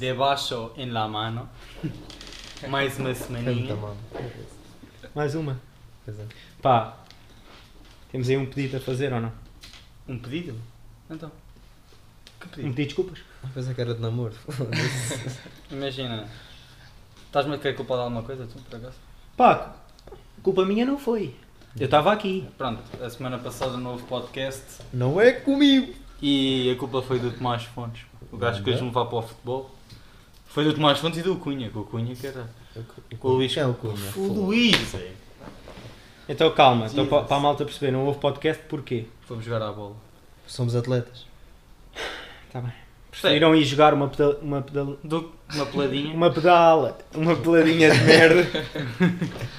de baixo em la mano. Mais uma Canta, semaninha. mano. Mais uma. Pois é. Pá, temos aí um pedido a fazer ou não? Um pedido? Então. Que Um pedido pedido? de desculpas? Pois é que era de namoro. Imagina. Estás-me a querer culpar de alguma coisa, tu, por acaso? Pá, culpa minha não foi. Eu estava aqui. Pronto, a semana passada um novo podcast Não é comigo. e a culpa foi do Tomás Fontes. O gajo que hoje me vá para o futebol. Foi do Tomás Fontes e do Cunha, com o Cunha que era. Com o Luís. Quem é o Cunha? O Luís! é. Então calma, Jesus. então, pa- para a malta perceber, não houve podcast porquê? Fomos jogar à bola. Somos atletas. Está bem. Gostei. Preferiram ir jogar uma pedal, uma pedal, Do uma peladinha. uma pedala, uma peladinha de merda,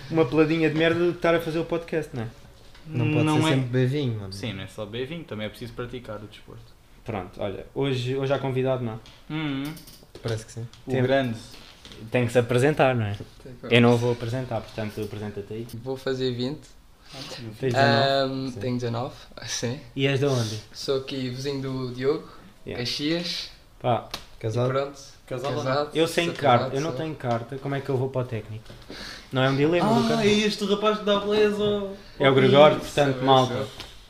uma peladinha de merda do que estar a fazer o podcast, não é? Não pode ser é... sempre bevinho, mano. Sim, não é só beber vinho, também é preciso praticar o desporto. Pronto, olha, hoje, hoje há convidado, não? é? Hum, Parece que sim. o Tem- grande. Tem que se apresentar, não é? Eu não vou apresentar, portanto apresenta-te aí. Vou fazer 20. Tens 19. Ahm, sim. tenho 19, sim. E és de onde? Sou aqui vizinho do Diogo, Yeah. Caxias. Pá, Casado? Pronto. Casado ou casado, eu sem sou carta, casado, eu não sou. tenho carta, como é que eu vou para o técnico? Não é um dilema, do Ah, é caralho. este rapaz que dá beleza. É o Gregório, Sou eu, portanto, sou malta. eu.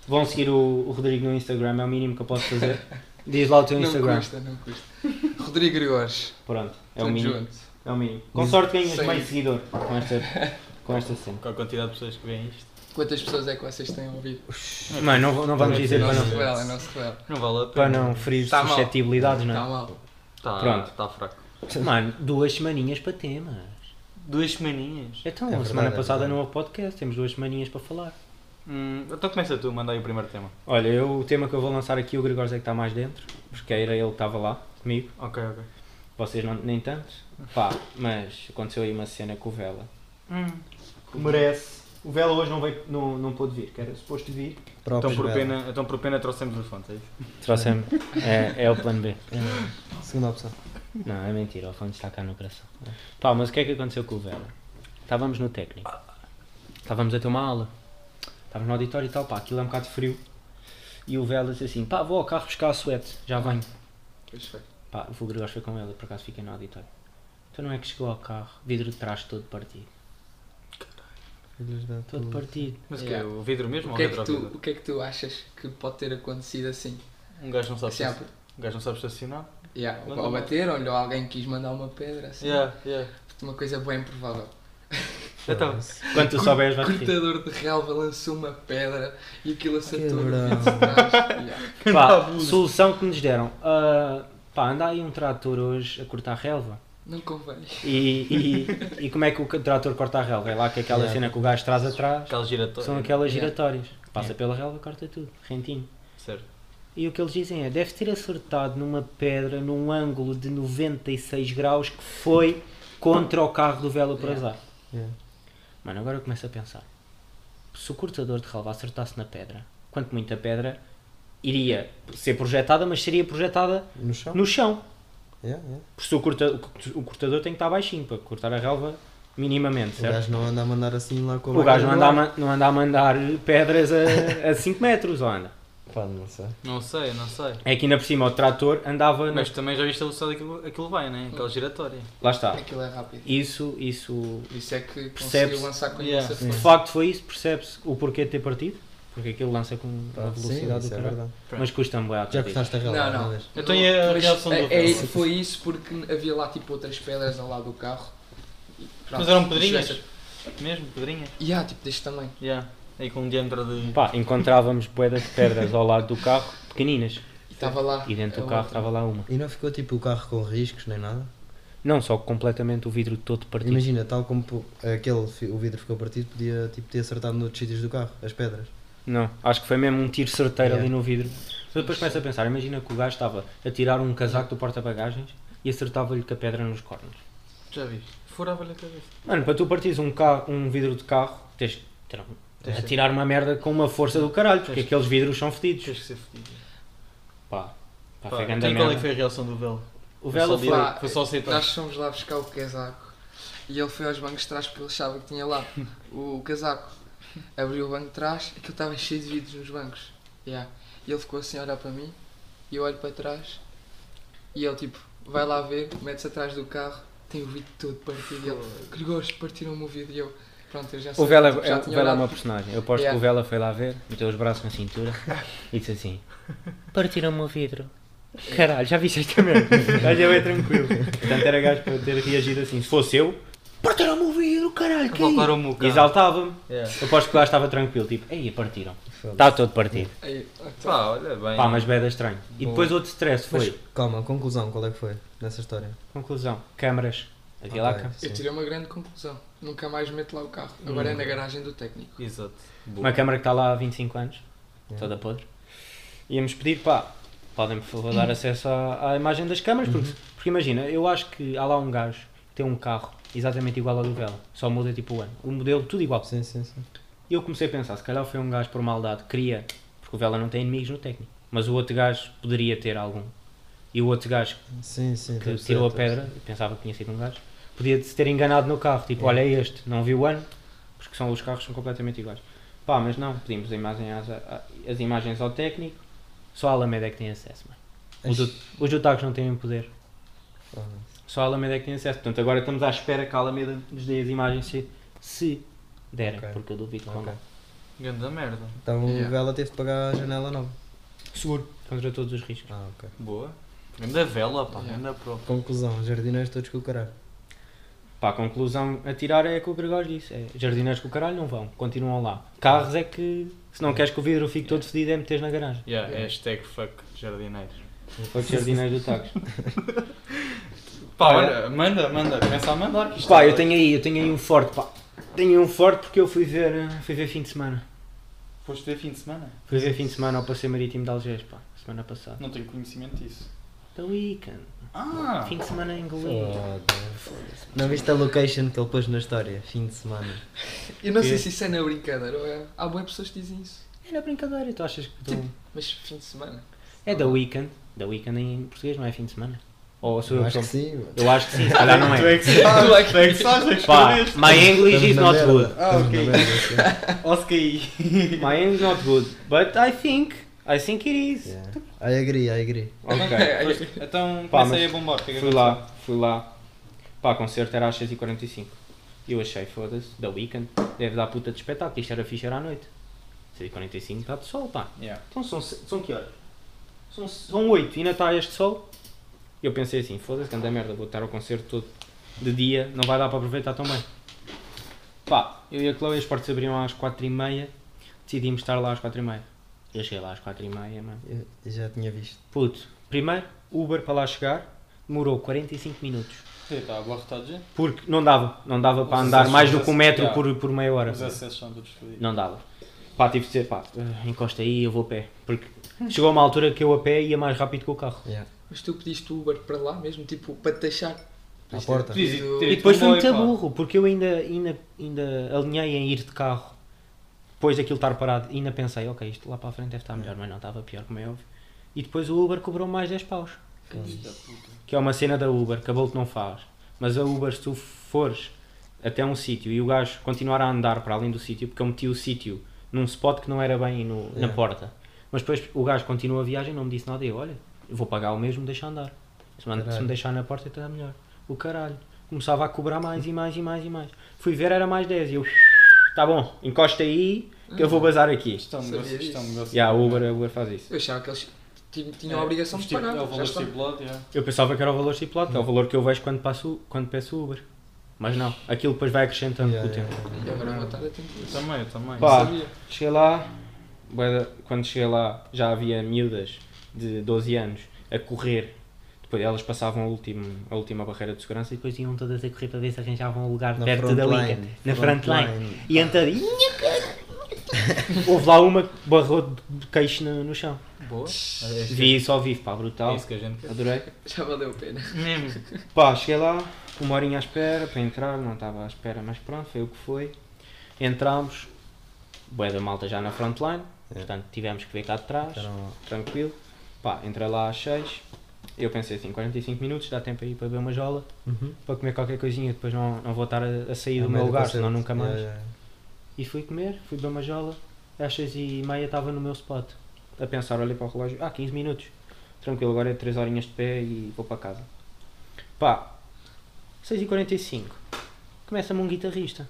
Vão seguir o, o Rodrigo no Instagram, é o mínimo que eu posso fazer. Diz lá o teu Não Instagram. custa, não custa. Rodrigo Gregores. Pronto, é o Tamo mínimo. junto. É o mínimo. Com sorte ganhas Sim. meio seguidor com esta, com esta cena. Com a quantidade de pessoas que veem isto. Quantas pessoas é que vocês têm ouvido? É Mano, não, não vamos dizer não para se não, revela, não se revela. Não vale a para pena. não ferir Tá mal. suscetibilidades, Está não mal. Tá, Pronto. tá fraco. é? Mano, duas semaninhas para temas. Duas semaninhas. Então, É a verdade, semana é passada verdade. não houve podcast, temos duas semaninhas para falar. Hum, então começa tu, manda aí o primeiro tema. Olha, eu, o tema que eu vou lançar aqui, o Gregório é que está mais dentro, porque era ele que estava lá comigo, Ok, ok. vocês não, nem tantos. Pá, mas aconteceu aí uma cena com o Vela. Hum. Que merece. O Vela hoje não, veio, não, não pôde vir, que era suposto vir. Então, Próprios por Bela. pena, então por pena trouxemos o fonte, é isso? Trouxe-me. É, é o plano B. É, Segunda opção. Não, é mentira, o Afonso está cá no coração. Pá, mas o que é que aconteceu com o Vela? Estávamos no técnico. Estávamos a ter uma aula. Estávamos no auditório e tal, pá, aquilo é um bocado frio. E o Vela disse assim, pá, vou ao carro buscar a suete, já venho. Pois foi. Pá, o Gregório foi com ela, por acaso fiquei no auditório. Então não é que chegou ao carro, vidro de trás todo partido. Filhos da Todo tua- partido. Mas o Yeah. que é? O vidro mesmo O ou que, é que retrovidro? tu, o que é que tu achas que pode ter acontecido assim? Um gajo não sabe Assim, estacionar. ah, Um gajo não sabe estacionar. yeah, Manda ou uma. bateram-lhe ou alguém quis mandar uma pedra assim. Yeah, yeah. Uma coisa bem improvável. Então, tá. Quando tu souberes, O vais pedir. cortador de relva lançou uma pedra e aquilo acertou no Quebrão. fim de trás. Yeah. Pá, solução que nos deram. Ah, pá, anda aí um trator hoje a cortar relva. Não convém. E, e, e como é que o trator corta a relva? É lá que aquela Yeah. cena que o gajo traz atrás aquela giratória. são aquelas Yeah. giratórias. Passa pela relva, corta tudo, rentinho. Certo. E o que eles dizem é: deve ter acertado numa pedra num ângulo de 96 graus que foi contra o carro do Vela por azar. Yeah. Mano, agora eu começo a pensar: se o cortador de relva acertasse na pedra, quanto muito a pedra iria ser projetada, mas seria projetada No chão? no chão. Yeah, yeah. Porque se o, corta- o cortador tem que estar baixinho para cortar a relva minimamente, O certo? gajo não anda a mandar assim lá com a O gajo não máquina anda, a, do ar. ma- não anda a mandar pedras a, a 5 metros, ou anda? Pá, não sei. Não sei, não sei. É que ainda por cima o trator andava. Mas na- também já viste a velocidade que aquilo, aquilo vai, né? Aquela giratória. Lá está. Aquilo é rápido. Isso, isso. Isso é que Percebes? conseguiu lançar com Yeah. imensa De força. facto foi isso, percebe-se o porquê de ter partido. Porque aquilo lança com uma Pá, sim, velocidade isso do é caralho. verdade. Mas custa-me bué a Já acreditar. cortaste a relva Não, uma não. vez? Então e a Mas reação do é- é, Vela? Foi isso porque havia lá tipo outras pedras ao lado do carro. E pronto, Mas eram pedrinhas? os gajos- Mesmo, pedrinhas? Yeah, tipo deste tamanho. Yeah. Aí com um diâmetro de. Pá, encontrávamos boedas de pedras ao lado do carro, pequeninas. E estava lá. E dentro a do É carro outra. estava lá uma. E não ficou tipo o carro com riscos nem nada? Não, só que completamente o vidro todo partido. Imagina, tal como po- aquele, fi- o vidro ficou partido, podia tipo, ter acertado noutros sítios do carro, as pedras. Não, acho que foi mesmo um tiro certeiro Yeah. ali no vidro. Mas depois começa a pensar, imagina que o gajo estava a tirar um casaco do porta-bagagens e acertava-lhe com a pedra nos cornos. Já viste? Furava-lhe a cabeça. Mano, para tu partires um, carro, um vidro de carro, tens de ter- um, a tirar uma merda com uma força do caralho, porque Tens- aqueles vidros são fedidos. Tens que ser fodido. Pá, Pá, pá, foi grande então e qual é que merda. foi a reação do Vela? O Vela Foi foi... só Pá, Foi só aceitar. Tipo, Nós fomos lá buscar o casaco e ele foi aos bancos de trás porque ele achava que tinha lá o casaco. Abriu o banco de trás e aquilo estava cheio de vidros nos bancos. Yeah. E ele ficou assim a olhar para mim e eu olho para trás e ele tipo, vai lá ver, mete-se atrás do carro, tem o vidro todo partido. E ele, que gosto, partiram-me o vidro. E eu, pronto, eu já O sei. Vela, tipo, é, o tinha Vela é olhado. uma personagem. Eu aposto Yeah. que o Vela foi lá ver, meteu os braços na cintura e disse assim: Partiram-me o vidro. Caralho, já viste esta merda? Gajo é bem tranquilo. Portanto, era gajo para ter reagido assim. Se fosse eu, partiram-me o vidro, caralho, que é isso? Voltaram-me o carro. Exaltava-me. Yeah. Eu aposto que lá estava tranquilo, tipo, aí partiram. Está todo partido. Aí, então, Pá, olha bem. Pá, mas beda estranho. E depois outro stress foi. Calma, conclusão, qual é que foi nessa história? Conclusão: câmaras. Havia lá Ok. câmaras. eu tirei uma grande conclusão. Nunca mais meto lá o carro. Agora Hum. é na garagem do técnico. Exato. Boa. Uma câmara que está lá há 25 anos, Yeah. toda podre. Íamos pedir, pá, podem por favor dar acesso à, à imagem das câmaras, porque, porque imagina, eu acho que há lá um gajo que tem um carro exatamente igual ao do Vela, só muda tipo o ano. O modelo, tudo igual. Sim, sim, sim. E eu comecei a pensar, se calhar foi um gajo por maldade, queria, porque o Vela não tem inimigos no técnico, mas o outro gajo poderia ter algum. E o outro gajo Sim, sim. que estou a tirou a perceber, pedra, e pensava que tinha sido um gajo, podia se ter enganado no carro, tipo, olha é este, não viu o ano, porque são, os carros são completamente iguais. Pá, mas não, pedimos a imagem às- a- as imagens ao técnico, só a Alameda é que tem acesso, mano. estou a Os, perceber. do- os otakus não têm poder, Ah, só a Alameda é que tem acesso. Portanto, agora estamos à espera que a Alameda nos dê as imagens se, se derem, Ok. porque eu duvido que não Ok. não. é- Grande merda. Então Yeah. o Vela teve de pagar a janela nova. Seguro. Contra todos os riscos. Ah, ok. Boa. Grande vela, pá. Yeah. Grande prova. Conclusão, jardineiros todos com o caralho. Pá, a conclusão a tirar é que o Gregório disse. É, jardineiros com o caralho não vão, continuam lá. Carros é que, se não queres que o vidro fique todo fedido, é meter na garagem. Yeah, hashtag fuck jardineiros. Foi de jardineiros do Tacos. Pá, Pá, olha, manda, manda. Começa a mandar. que isto Pá, é- eu tenho aí, eu tenho aí um forte, pá. Tenho aí um forte porque eu fui ver, eh, fui ver fim de semana. Foste ter fim de semana? Fui ver fim de semana ao passeio marítimo de Algés, pá. Semana passada. Não tenho conhecimento disso. The Weekend. Ah! Fim de semana em Galiza. Foda-se. Não viste a location que ele pôs na história? Fim de semana. Eu não Que? sei se isso é na brincadeira ou é. Há boas pessoas que dizem isso. É na brincadeira, tu achas que tu... Mas fim de semana. É The Weekend. The Weekend em português não é fim de semana. Ou sou Eu eu que acho sou... que sim, mano. Eu acho que sim, se calhar não Tu é. é que sabes, tu é que sabes, é que Pá, escreveste. my English is Estamos na not merda. good. Ah, Estamos na ok. merda, sim. Ok. My English is not good. But I think, I think it is. Yeah. I agree, I agree. Ok. é, Então Pá, começa mas aí a bombar. o que é que Fui aconteceu? lá, fui lá. Pá, o concerto era às 6h45. E eu achei, foda-se, The Weekend, deve dar puta de espetáculo. Isto era fixe, era à noite. 6h45 está tá de sol, pá. Yeah. Então são, se- são que horas? São, são 8 e ainda está este sol. E eu pensei assim, foda-se, anda merda, vou estar ao concerto todo de dia, não vai dar para aproveitar tão bem. Pá, eu e a Chloe, as portas abriam às 4h30, decidimos estar lá às 4h30. Eu cheguei lá às 4h30, mano. Eu eu já tinha visto. Puto, primeiro, Uber para lá chegar, demorou 45 minutos. Está abarrotado já? Porque não dava, não dava para Os andar mais do acessos, que um metro já. por, por meia hora. Os acessos são todos fodidos. Não dava. Pá, tive de dizer, pá, eh, encosta aí, eu vou a pé. Porque chegou uma altura que eu a pé ia mais rápido que o carro. Yeah. Mas tu pediste o Uber para lá mesmo, tipo, para te deixar. À porta. Diz, E diz, E depois foi comboio, muito pá. burro, porque eu ainda, ainda, ainda alinhei em ir de carro. Depois daquilo estar parado, ainda pensei, ok, isto lá para a frente deve estar melhor, mas não, estava pior, como é óbvio. E depois o Uber cobrou mais 10 paus. Que é uma cena da Uber, que a Bolt não faz. Mas a Uber, se tu fores até um sítio e o gajo continuar a andar para além do sítio, porque eu meti o sítio num spot que não era bem no- na Yeah. porta. Mas depois o gajo continua a viagem, não me disse nada e eu, olha, eu vou pagar o mesmo, deixa andar. Se me, se Caralho. me deixar na porta está melhor. O caralho. Começava a cobrar mais e mais e mais e mais. Fui ver, era mais 10 e eu, tá bom, encosta aí que eu vou bazar aqui. Isto é um Sabia negócio. Isto é um disso. E negócio. a Uber, a Uber faz isso. Eu achava que eles ti- tinham a obrigação de Estip- pagar. É o já valor está. estipulado, yeah. Eu pensava que era o valor estipulado, que Hum. é o valor que eu vejo quando, passo, quando peço Uber. Mas não, aquilo depois vai acrescentando Yeah, com o tempo. yeah, yeah. E agora vou estar atento a Eu isso. também, eu também. Pá. Sabia. Cheguei lá, bué da- quando cheguei lá já havia miúdas de 12 anos a correr. Depois elas passavam a, último, a última barreira de segurança e depois iam todas a correr para ver se arranjavam um lugar Na perto front da line, linha, na front front line. line. E então, "Inha, caralho." houve lá uma que barrou de queixo no, no chão. Boa. É isto Vi isso ao vivo, pá, que- é brutal. isso que a gente quer. Adorei. Já valeu a pena. Mesmo. Pá, cheguei lá, uma horinha à espera para entrar, não estava à espera, mas pronto, foi o que foi. Entramos, bué da malta já na frontline, portanto tivemos que ver cá de trás, Então, tranquilo. Pá, entrei lá às 6, eu pensei assim, 45 minutos, dá tempo aí para beber uma jola, uhum. para comer qualquer coisinha, depois não, não vou estar a, a sair É do meio meu lugar, concerto. senão nunca mais. Yeah, yeah. E fui comer, fui beber uma jola, às 6 e meia estava no meu spot, a pensar, olhei para o relógio, ah, 15 minutos, tranquilo, agora é 3 horinhas de pé e vou para casa. Pá, 6h45. Começa-me um guitarrista.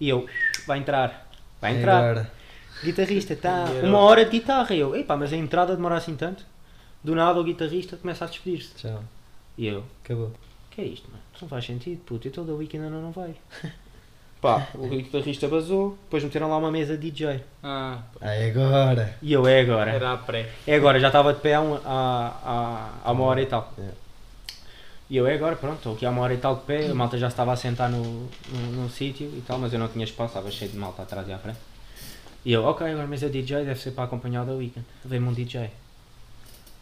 E eu, vai entrar. Vai É entrar. agora. Guitarrista, tá. E era Uma o- hora de guitarra. E eu, epá, mas a entrada demora assim tanto. Do nada o guitarrista começa a despedir-se. Tchau. E eu, Acabou. que é isto, mano? Isso não faz sentido, puto. E toda a week ainda não, não vai. Pá, o guitarrista basou. Depois meteram lá uma mesa de DJ. Ah, É agora. E eu, é agora. era a pré. É agora, já estava de pé há, um- há- há- há uma hora e tal. É. E eu é agora, pronto, estou aqui há uma hora e tal de pé, a malta já se estava a sentar no, no, num sítio e tal, mas eu não tinha espaço, estava cheio de malta atrás e à frente. E eu, ok, agora mas é DJ, deve ser para acompanhar o The Weekend. Vem-me um DJ.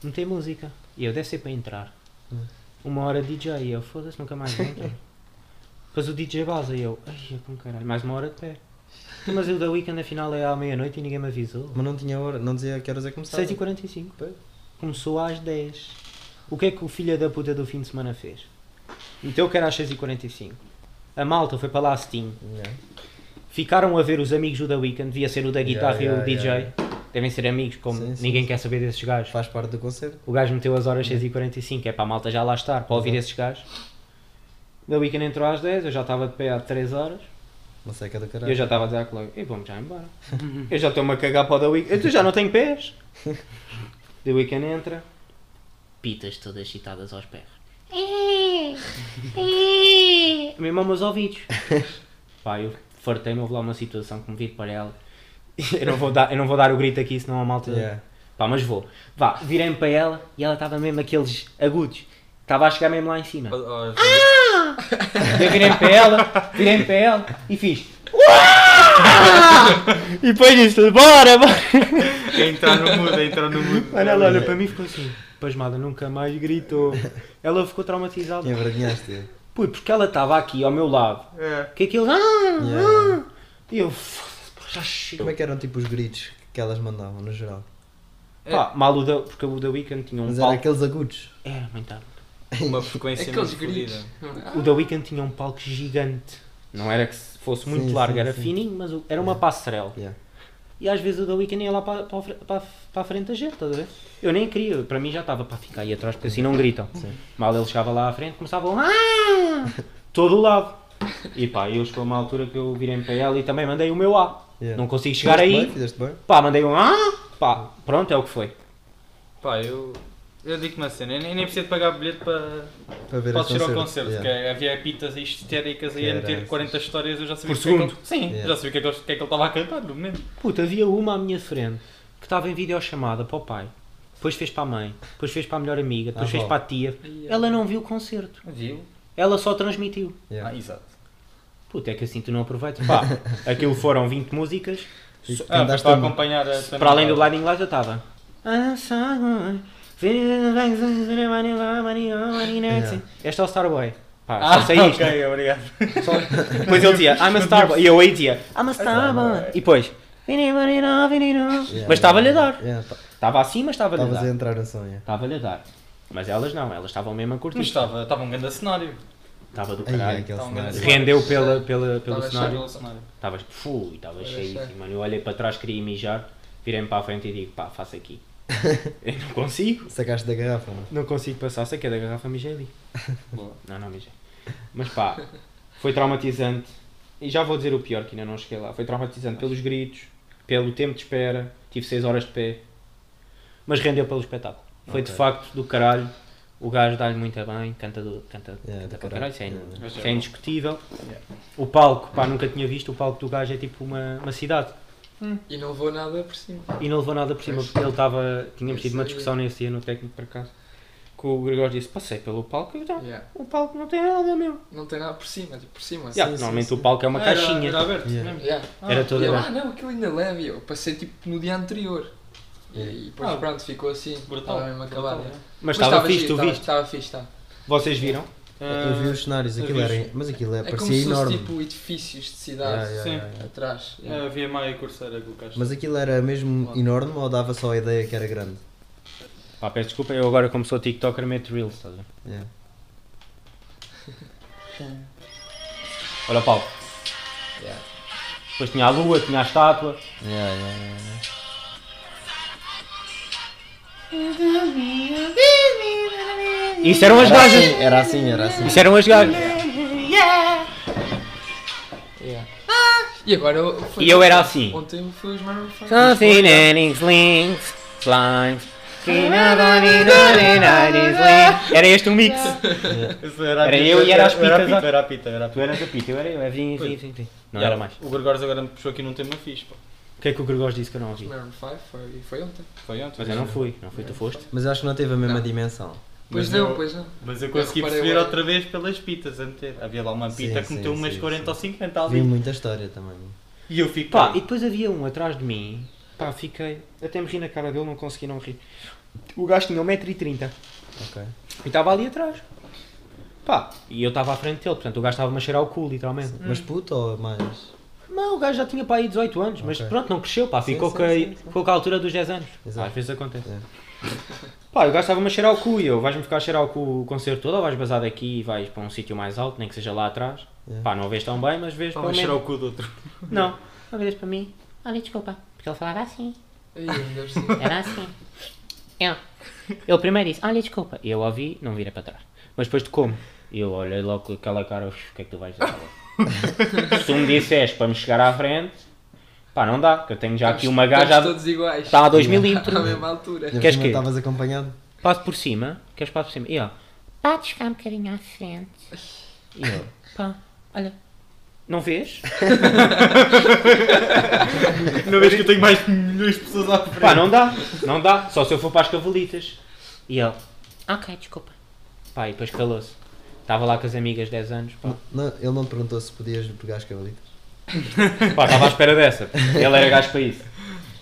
Não tem música. E eu, deve ser para entrar. Uma hora DJ e eu, foda-se, nunca mais entro. Depois o DJ baza e eu, ai, é como caralho, mais uma hora de pé. Mas o The Weekend afinal é à meia-noite e ninguém me avisou. Mas não tinha hora, não dizia que horas é que começava. 6h45. Pois. Começou às 10. O que é que o filho da puta do fim de semana fez? Meteu que era às 6h45. A malta foi para lá Steam. Yeah. Ficaram a ver os amigos do The Weeknd, devia ser o da guitarra Yeah, yeah, e o DJ. yeah. Devem ser amigos, como Sim, sim, ninguém sim. quer saber desses gajos. Faz parte do concerto. O gajo meteu as horas 6h45, é para a malta já lá estar, para ouvir Exato. esses gajos. The Weeknd entrou às 10, eu já estava de pé há 3 horas. Não sei que é do E caralho. eu já estava a dizer à colega, e vamos já embora. eu já estou-me a cagar para o The Weeknd. Eu já não tenho pés. The Weeknd entra. Pitas todas citadas aos pés. Mesmo aos meus ouvidos. Pá, eu fartei-me, houve lá uma situação que me vir para ela. Eu não, vou dar, eu não vou dar o grito aqui, senão a malta... Yeah. Pá, mas vou. Vá, virei-me para ela e ela estava mesmo aqueles agudos. Estava a chegar mesmo lá em cima. Ó, ó, Eu virei para ela, virei para ela e fiz. "Uá!" E depois disse: Bora, bora! é entrar no mudo, é entrar no mudo. Olha, ela olha para É. mim e ficou assim. Pasmada, nunca mais gritou. Ela ficou E traumatizada. envergonhaste. Pui, porque ela estava aqui ao meu lado. É. Que aquilo. "Ah, Yeah. ah." E eu. "Foda-se, pá, Já chego. Como é que eram tipo os gritos que elas mandavam no geral? Pá, mal o da, porque o da Weekend tinha um Mas era palco. aqueles agudos. Era muito tarde. Uma frequência Aqueles muito gritos. é? fodida. Ah. O da Weekend tinha um palco gigante. Não era que se fosse muito Sim, largo, sim, era sim. É. fininho, mas o- era uma passarela. Yeah. E às vezes o The Weeknd ia lá para, para, a fre- para, a- para a frente da gente, estás a ver? Eu nem queria, para mim já estava para ficar aí atrás, porque assim não gritam. Mal ele chegava lá à frente, começavam a. Todo o lado. E pá, eu chegou a uma altura que eu virei para ela e também mandei o meu A. Yeah. Não consigo chegar Fizeste aí. Bem, fizeste bem. Pá, mandei um A. Pá, pronto, é o que foi. Pá, eu. Eu digo-te uma cena, eu nem, nem preciso de pagar bilhete para. Para ver Posso esse ir ao concerto, Yeah. que é, havia pitas histéricas aí a Era meter isso. 40 histórias, eu já sabia Por o que é que segundo. ele- Sim, Yeah. já sabia o que é que ele- o que é que ele estava a cantar no momento. Puta, havia uma à minha frente que estava em videochamada para o pai. Depois fez para a mãe, depois fez para a melhor amiga, depois Ah, fez bom. para a tia. Ela não viu o concerto. Viu? Ela só transmitiu. Ah, Yeah. exato. Puta, é que assim tu não aproveitas. Pá, aquilo foram 20 músicas. E Ah, mas cantaste para uma. acompanhar a tua Para além do namorada. Blinding Lights eu estava. Este é o Starboy. Pá, só Ah, sei isto. né? ok, obrigado. Depois ele dizia, I'm a Starboy. E eu aí dizia, I'm a tá, Starboy. é. E depois. Mas estava-lhe a dar. Yeah, tá- Estava assim, mas estava-lhe a Estavas a dar. entrar no sonho. Estava-lhe a dar. Mas elas não, elas estavam mesmo a Mas curtir. estava, estava um grande cenário. Estava do Aí é caralho. então, aquele Tá um grande cenário. cenário. Rendeu pela, pela, pelo Estava cenário. Aquele um cenário. Estavas, fui, estava Era cheio, cheio. mano. Eu olhei para trás, queria mijar, virei-me para a frente e digo, pá, faço aqui. eu não consigo. Sacaste da garrafa, mano. Não consigo passar, sei que é da garrafa, mijei ali. Boa. Não, não mijei. Mas pá, foi traumatizante. E já vou dizer o pior, que ainda não cheguei lá. Foi traumatizante pelos gritos, pelo tempo de espera, tive 6 horas de pé. Mas rendeu pelo espetáculo. Foi de Ok. facto do caralho. O gajo dá-lhe muito bem, canta, do, canta, Yeah, canta do para caralho. caralho, isso é, in- Yeah. isso é indiscutível. O palco, pá, nunca tinha visto, o palco do gajo é tipo uma- uma cidade. E não vou nada por cima. E não levou nada por cima, Pois. porque ele estava. Tínhamos Eu tido uma é sei. discussão nesse dia no técnico para casa. Que o Gregório disse: Passei pelo palco e então, Yeah. o palco não tem nada, meu. Não tem nada por cima, tipo por cima. Yeah, sim, normalmente sim. o palco é uma Ah, era- caixinha. Era aberto Yeah. mesmo. Yeah. Ah, Era todo E eu, aberto. ah não, aquilo ainda leve. Eu passei tipo no dia anterior. E depois Ah, pronto, ficou assim. Brutal. Estava mesmo brutal, acabado. é. Mas estava fixe, giro, tu estava- viste. Estava fixe, tá. estava. Vocês viram? Eu Eh, vi os cenários, eu aquilo vi era. Mas aquilo é, É como parecia se fosse enorme. tipo edifícios de Yeah, cidade yeah, Sim. yeah, yeah. atrás. Ah, Havia Maia Corsair a colocar. Mas aquilo era mesmo Claro. enorme ou dava só a ideia que era grande? Pá, peço desculpa, eu agora, como sou TikToker, meto Reels, estás a ver? Yeah. Olha o palco. Yeah. Depois tinha a lua, tinha a estátua. Yeah, yeah, yeah, yeah. E Isso eram as Era gajas. assim, era assim, era assim. Isso eram as gajas. Yeah. E agora eu. foi- E eu era assim. Ah, né? Ontem foi os Maroon 5. Something that is links, slimes. Era este o mix. Era, Era eu e era as pitas, Era a pita, ó. era a pita. Era a Tu pita. eras a pita, eu era eu. É vim, vim, vim, vim. Não Já, era mais. O é Gregores agora me puxou aqui num tema fixe, pá. O que é que o Gregor disse que eu não ouvi? Maroon 5 foi, foi ontem. Foi ontem. Mas eu não fui, não fui, tu foste. Mas acho que não teve a mesma Não. dimensão. Pois Mas não, eu- pois não. Mas eu Eu consegui reparei perceber agora. outra vez pelas pitas a meter. Havia lá uma pita Sim, que meteu sim, umas sim, 40 ou 50 Vi ali. muita história também. E eu fico. Pá, e depois havia um atrás de mim. Pá, fiquei. Até me ri na cara dele, não consegui não rir. O gajo tinha 1,30m Ok. Hum. e estava ali atrás. Pá, e eu estava à frente dele, portanto o gajo estava-me a cheirar o cu, literalmente. Mas puto ou mais? Não, o gajo já tinha para aí 18 anos, mas Ok. pronto, não cresceu, pá, Sim, ficou, sim, com a- sim, sim. ficou com a altura dos 10 anos. Exato. Às vezes acontece. É. Pá, o gajo estava-me a cheirar o cu e eu, vais-me ficar a cheirar o cu o concerto todo ou vais basar daqui e vais para um sítio mais alto, nem que seja lá atrás. É. Pá, não o vês tão bem, mas vês Pá, pelo mas será menos. o cu do outro. Não, não vês para mim, olha, desculpa, porque ele falava assim, Aí, ainda por cima. era assim. Eu, Ele primeiro disse, olha, desculpa. Eu ouvi, não vira para trás. Mas depois de como? Eu olhei logo com aquela cara, "Uf, o que é que tu vais dizer? agora?" Se tu me disseres para me chegar à frente, pá, não dá, que eu tenho já Tá aqui Estamos- uma gaja estamos a- todos iguais. está a 2 À milímetros. mesma altura. Ainda por Queres cima quê? Estavas acompanhado? Passo por cima, queres passo por cima? E ó, podes ficar um bocadinho à frente. e eu, Pá, olha, não vês? Não vês que eu tenho mais milhões de pessoas à frente. Pá, não dá, não dá, só se eu for para as cavalitas. E ele, ok, desculpa. pá, e depois calou-se. Estava lá com as amigas 10 anos, pá. Não, ele não te perguntou se podias pegar as cavalitas. Pá, estava à espera dessa. Ele era gajo para isso.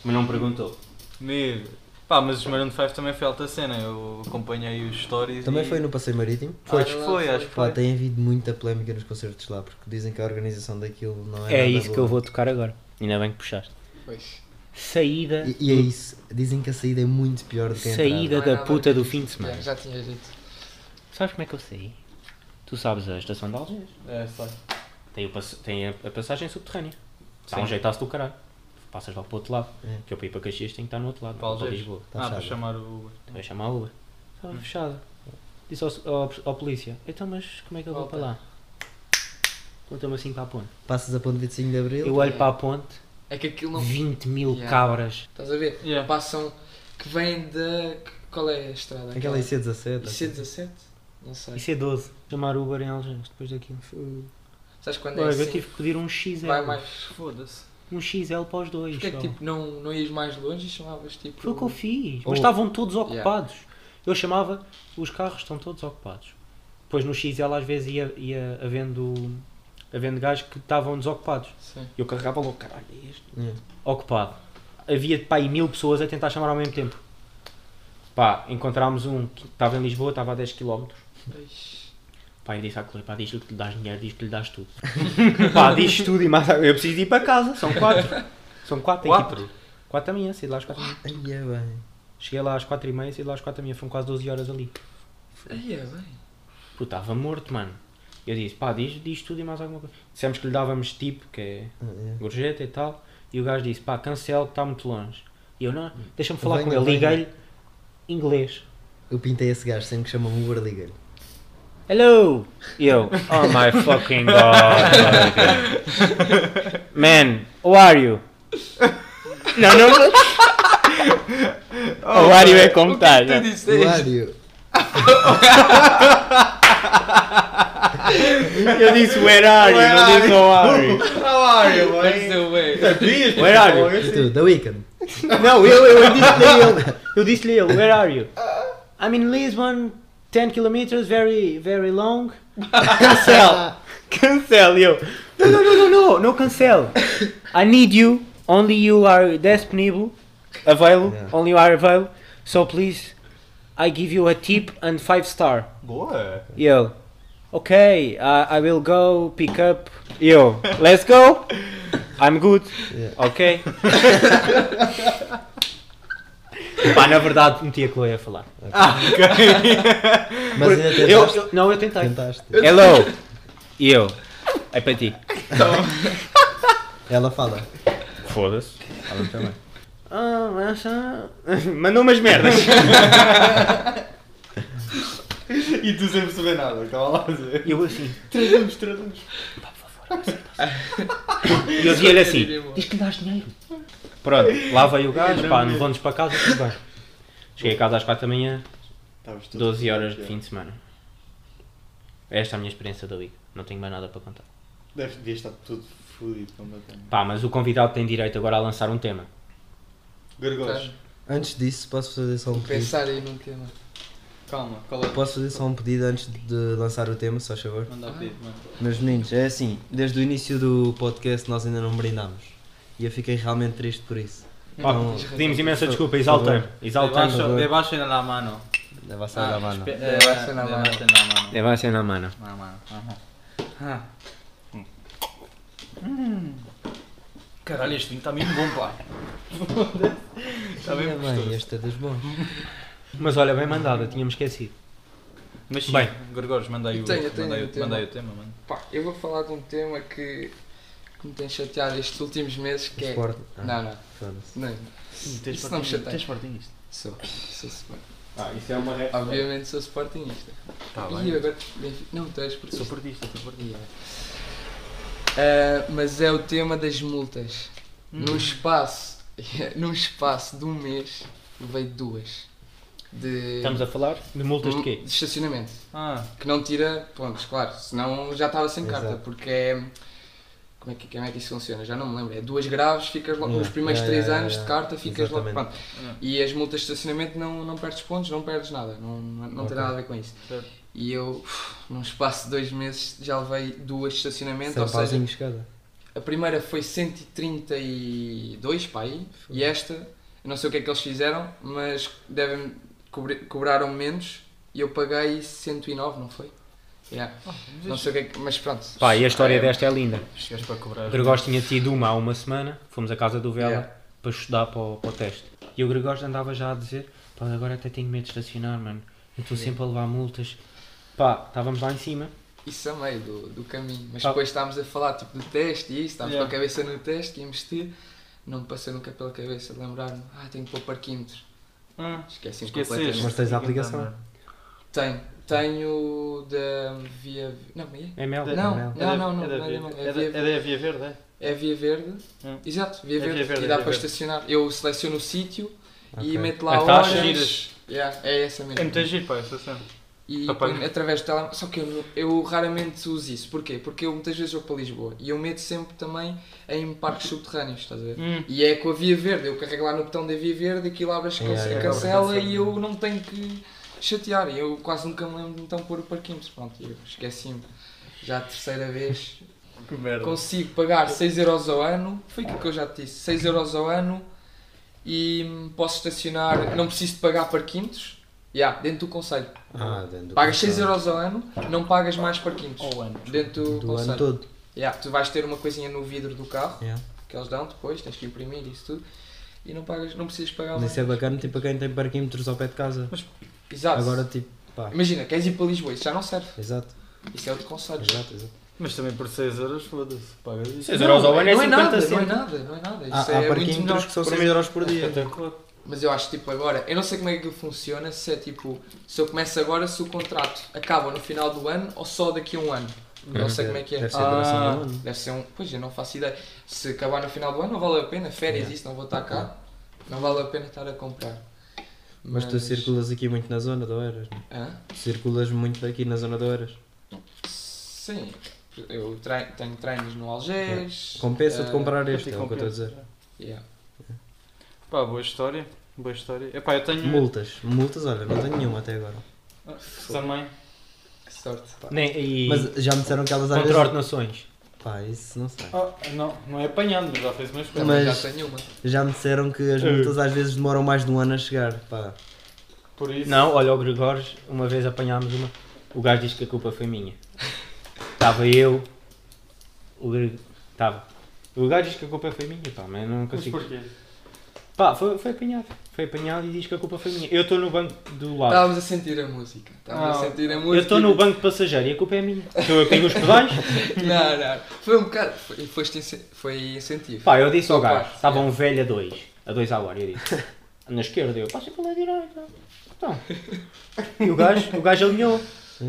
Mas não me perguntou. Amigo. Pá, mas os Maroon 5 também foi alta cena. Eu acompanhei os stories. Também e- foi no passeio marítimo. Foi, Ah, acho que foi, foi. acho que Pá, foi. tem havido muita polémica nos concertos lá, porque dizem que a organização daquilo não é É nada isso que boa. eu vou tocar agora. Ainda bem que puxaste. Pois. Saída, E, e é isso, dizem que a saída é muito pior do que a entrada. saída Não é da nada. puta do fim de semana. Já, já tinha dito. Sabes como é que eu saí? Tu sabes a estação de Algés? É, foi. Tem, o pass- tem a, a passagem subterrânea. Dá Sim. um jeitaço do caralho. Passas lá para o outro lado. É. Que eu para ir para Caxias tenho que estar no outro lado. Para não para Algés. Lisboa. Tá Ah, para fechado. chamar o Uber. Então eu chamo a Uber. Estava fechada. Disse ao, ao, ao polícia, então mas como é que eu vou Volta. para lá? Conta-me assim para a ponte. Passas a ponte 25 de Abril, Eu olho para a ponte, É que aquilo não. 20 mil Yeah. cabras. Estás a ver? Yeah. Passam. que vêm da. que- Qual é a estrada? aquela IC17. IC17? Não sei. Isso é 12. Chamar Uber em Algés depois daquilo. Sabes quando é Olha, eu assim? tive que pedir um XL. Vai mais. Foda-se. Um XL para os dois. Porquê é que só. tipo, não, não ias mais longe e chamavas tipo. Foi o que eu fiz. Ou- Mas estavam todos Yeah. ocupados. Eu chamava, os carros estão todos ocupados. Depois no XL às vezes ia, ia havendo, havendo gajos que estavam desocupados. Sim. Eu carregava logo, caralho, é este. assim. Yeah. Ocupado. Havia pá, aí mil pessoas a tentar chamar ao mesmo tempo. Pá, encontrámos um que estava em Lisboa, estava a 10km. Ixi. Pá, eu disse à colega, pá, diz-lhe que lhe dás dinheiro, diz-lhe que lhe dás tudo. pá, diz tudo e mais. Eu preciso de ir para casa, são quatro. São quatro. tem que ir- Quatro? Quatro da manhã, saí de lá às quatro da manhã. Ai, é bem. Cheguei lá às 4h30, saí de lá às 4 da manhã, foram quase 12 horas ali. Aí é bem. Pô, estava morto, mano. Eu disse, pá, diz, diz tudo e mais alguma coisa. Dissemos que lhe dávamos tipo, que é Ah, yeah. gorjeta e tal. E o gajo disse, pá, cancelo que está muito longe. E eu, não, deixa-me falar Venha, com ele. venha. Liguei-lhe inglês. Eu pintei esse gajo sempre que chama-me Uber Liga. Hello! E eu, oh my fucking god. Man, how are you? Não, não, não. How are you é como estás. né? Hilário! Eu disse, where are you? Não disse, how are you? Mas eu É bem. Where are you? Tu, The Weeknd. Não, eu, eu disse-lhe a ele. Eu disse-lhe a ele, where are you? I'm in Lisbon, 10 km, very, very long. Cancel. Cancel, eu. No, no, no, no, no, no cancel. I need you, only you are disponible, available, Yeah. only you are available. So please, I give you a tip and 5 star. Boa! Yo, okay, uh, I I will go pick up. Yo, let's go. I'm good. Yeah. Ok. Pá, na verdade meti a Chloe a falar. Mas ainda tentaste. Eu, eu- não, eu tentei. tentaste. Hello. E eu. É para ti. Ela fala. Foda-se. Fala-me também. Ah, mas, ah, Mandou umas merdas. E tu sem perceber nada, que estava lá a dizer. E eu assim. Traduz, traduz. E eu dizia-lhe assim: Eu diria, diz que lhe dás dinheiro. Pronto, lá veio o gajo, pá, mesmo. levou-nos para casa tudo bem. Cheguei a casa às 4 da manhã, Estavas todo 12 horas de chateado. fim de semana. Esta é a minha experiência da Liga, não tenho mais nada para contar. Deve, devia estar tudo fodido completamente. Pá, mas o convidado tem direito agora a lançar um tema. Gargolos. Antes disso, posso fazer só um pedido? Pensar aí num tema. Calma, qual é? Posso fazer só um pedido antes de lançar o tema, se faz favor? Manda a pedir, mano. Meus meninos, é assim, desde o início do podcast nós ainda não brindámos. E eu fiquei realmente triste por isso. Pá, Não. pedimos imensa Então, Por desculpa, favor. exaltei-me. Exaltei-me. Debaixo- Debaixo na mano. Deve Ah, ser da mano. Debaixo na mano. eh, Debaixo na mano. É, vai ser na mano. Na mano. aham. Ah. Hum. Caralho, este vinho tá está mesmo bom, pá. Está mesmo bem, tá gostoso. este é dos bons. Mas olha, bem mandada, tinha-me esquecido. Mas sim, Bem. Gorgores, manda aí o, Tenho, tenho manda aí, o tema. manda aí o tema, mano. Pá, eu vou falar de um tema que, que me tem chateado estes últimos meses que é. Esporte. Não, não, Ah, foda-se. não. Tens Isso não me chateia. Sportingista? Sou, sou Sporting. Ah, isso é uma reta. Obviamente sou Sportingista. Tá e bem. eu agora. Benfica- Não, tu és portista. Sou portista, sou portista. Ah, mas é o tema das multas. Hum. Num espaço. Num espaço de um mês veio duas. De. Estamos a falar de multas de quê? de estacionamento. Ah, Que não tira pontos, claro. Senão já estava sem carta, Exato. porque é. Como é, que, como é que isso funciona? Já não me lembro. É duas graves, ficas logo. Yeah. Nos primeiros Yeah, três yeah, anos yeah, de carta, ficas logo. Exatamente. Pronto. Yeah. E as multas de estacionamento não, não perdes pontos, não perdes nada. Não, não, não Ok. tem nada a ver com isso. Certo. E eu, uf, num espaço de dois meses, já levei duas de estacionamento, Sem ou seja, pauzinhos cada. a primeira foi 132 para aí, e esta, eu não sei o que é que eles fizeram, mas devem cobri- cobraram menos e eu paguei 109, não foi? Yeah. Ah, Não sei o que é que, mas pronto. Pá, e a história É, desta é linda. chegaste para cobrar. O Gregório tinha tido uma há uma semana, fomos à casa do Vela Yeah. para estudar para o, para o teste. E o Gregório andava já a dizer, pá, agora até tenho medo de estacionar, mano. Eu estou sempre a levar multas. Pá, estávamos lá em cima. Isso a meio do, do caminho, mas Pá. depois estávamos a falar tipo do teste e isso, estávamos Yeah. com a cabeça no teste, íamos ter, não me passou nunca pela cabeça, lembrar-me, ah, tenho que pôr parquímetro, Ah, esqueci-me esqueceste. completamente. Mas tens a aplicação? Tenho, tenho da Via... não, mas é? É mel. Da- Não, Mel. É da- não, não, não, é da não, Via- não, é da- é da Via Verde, é? É via verde. Hum. Exato, via É verde. via verde, e é dá via para verde. estacionar. Eu seleciono o sítio e Ok. meto A lá a taxa. hora. Giras. Yeah, é essa mesmo. É muito giro, pá, essa cena. E Apaga. ponho através do telemóvel. Só que eu, não- eu raramente uso isso. Porquê? Porque eu muitas vezes vou para Lisboa e eu meto sempre também em parques subterrâneos, estás a ver? Hum. E é com a via verde. Eu carrego lá no botão da via verde, aquilo abres Yeah, cance- yeah, cancela yeah. e eu não tenho que chatear. E eu quase nunca me lembro de então pôr o parquímetro. Pronto, eu esqueci-me. Já a terceira vez Hum, Que merda. consigo pagar 6 euros ao ano, foi aquilo que eu já te disse, 6 euros ao ano e hum, posso estacionar, não preciso de pagar parquintos, yeah, dentro do conselho. Ah, dentro do Pagas 6 controle. euros ao ano, não pagas mais parquintos. Ao ano. Dentro do, Do ano conselho. todo. Yeah, tu vais ter uma coisinha no vidro do carro, Yeah. que eles dão depois, tens que imprimir isso tudo, e não pagas, não precisas pagar mais. Isso é bacana, tipo, para quem tem parquímetros ao pé de casa. Exato. Agora, tipo, pá. Imagina, queres ir para Lisboa, isso já não serve. Exato, Isso é outro conselho. exato, exato. Mas também por 6 euros, foda-se. Pagas isso. Seis euros ao ano é não é 50 nada, não é cêntimos. nada, não é nada. Isso Há, há é muito menor. parquímetros que são 6 euros por dia. Mas eu acho tipo agora, eu não sei como é que funciona, se é tipo, se eu começo agora, se o contrato acaba no final do ano ou só daqui a um ano. Eu não sei como é que é. Uhum. Deve ser Ah, a duração Ah. do ano. deve ser um. Pois eu não faço ideia. Se acabar no final do ano não vale a pena, férias isso, não vou estar cá, não vale a pena estar a comprar. Mas tu circulas aqui muito na zona do Eiras. não? Hã? Tu circulas muito aqui na zona do Eiras. Sim. Eu tre- tenho treinos no Algés. Compensa-te eh, Ah. comprar este, é o que eu estou a dizer. yeah. Pá, boa história. Boa história. Epá, eu tenho. Multas, multas, olha, não tenho nenhuma até agora. Ah, Também. Que sorte. Nem, e Mas já me disseram que elas às contra vezes... ordenações. Pá, isso não sei. Ah, não, não é apanhando, mas já fez umas coisas. Também Mas- já tenho uma. Já me disseram que as Eh. multas às vezes demoram mais de um ano a chegar, pá. Por isso. Não, olha, o Gregores, uma vez apanhámos uma. O gajo diz que a culpa foi minha. Estava eu. O Gre- Estava. O gajo diz que a culpa foi minha, pá, mas eu não Mas consigo. porquê? Pá, foi, foi apanhado. Foi apanhado e diz que a culpa foi minha. Eu estou no banco do lado. Tá, Estávamos a sentir a música. Estávamos Ah, a sentir a música. Eu estou no banco passageiro e a culpa é minha. Sou eu que tenho os pedais. Não, não. Foi um bocado. Foi, foste incen- foi incentivo. Pá, eu disse ao Pá, gajo, estava um velho a dois, a dois à hora, eu disse. Na esquerda, eu passei pela direita. Então. E o gajo, o gajo alinhou.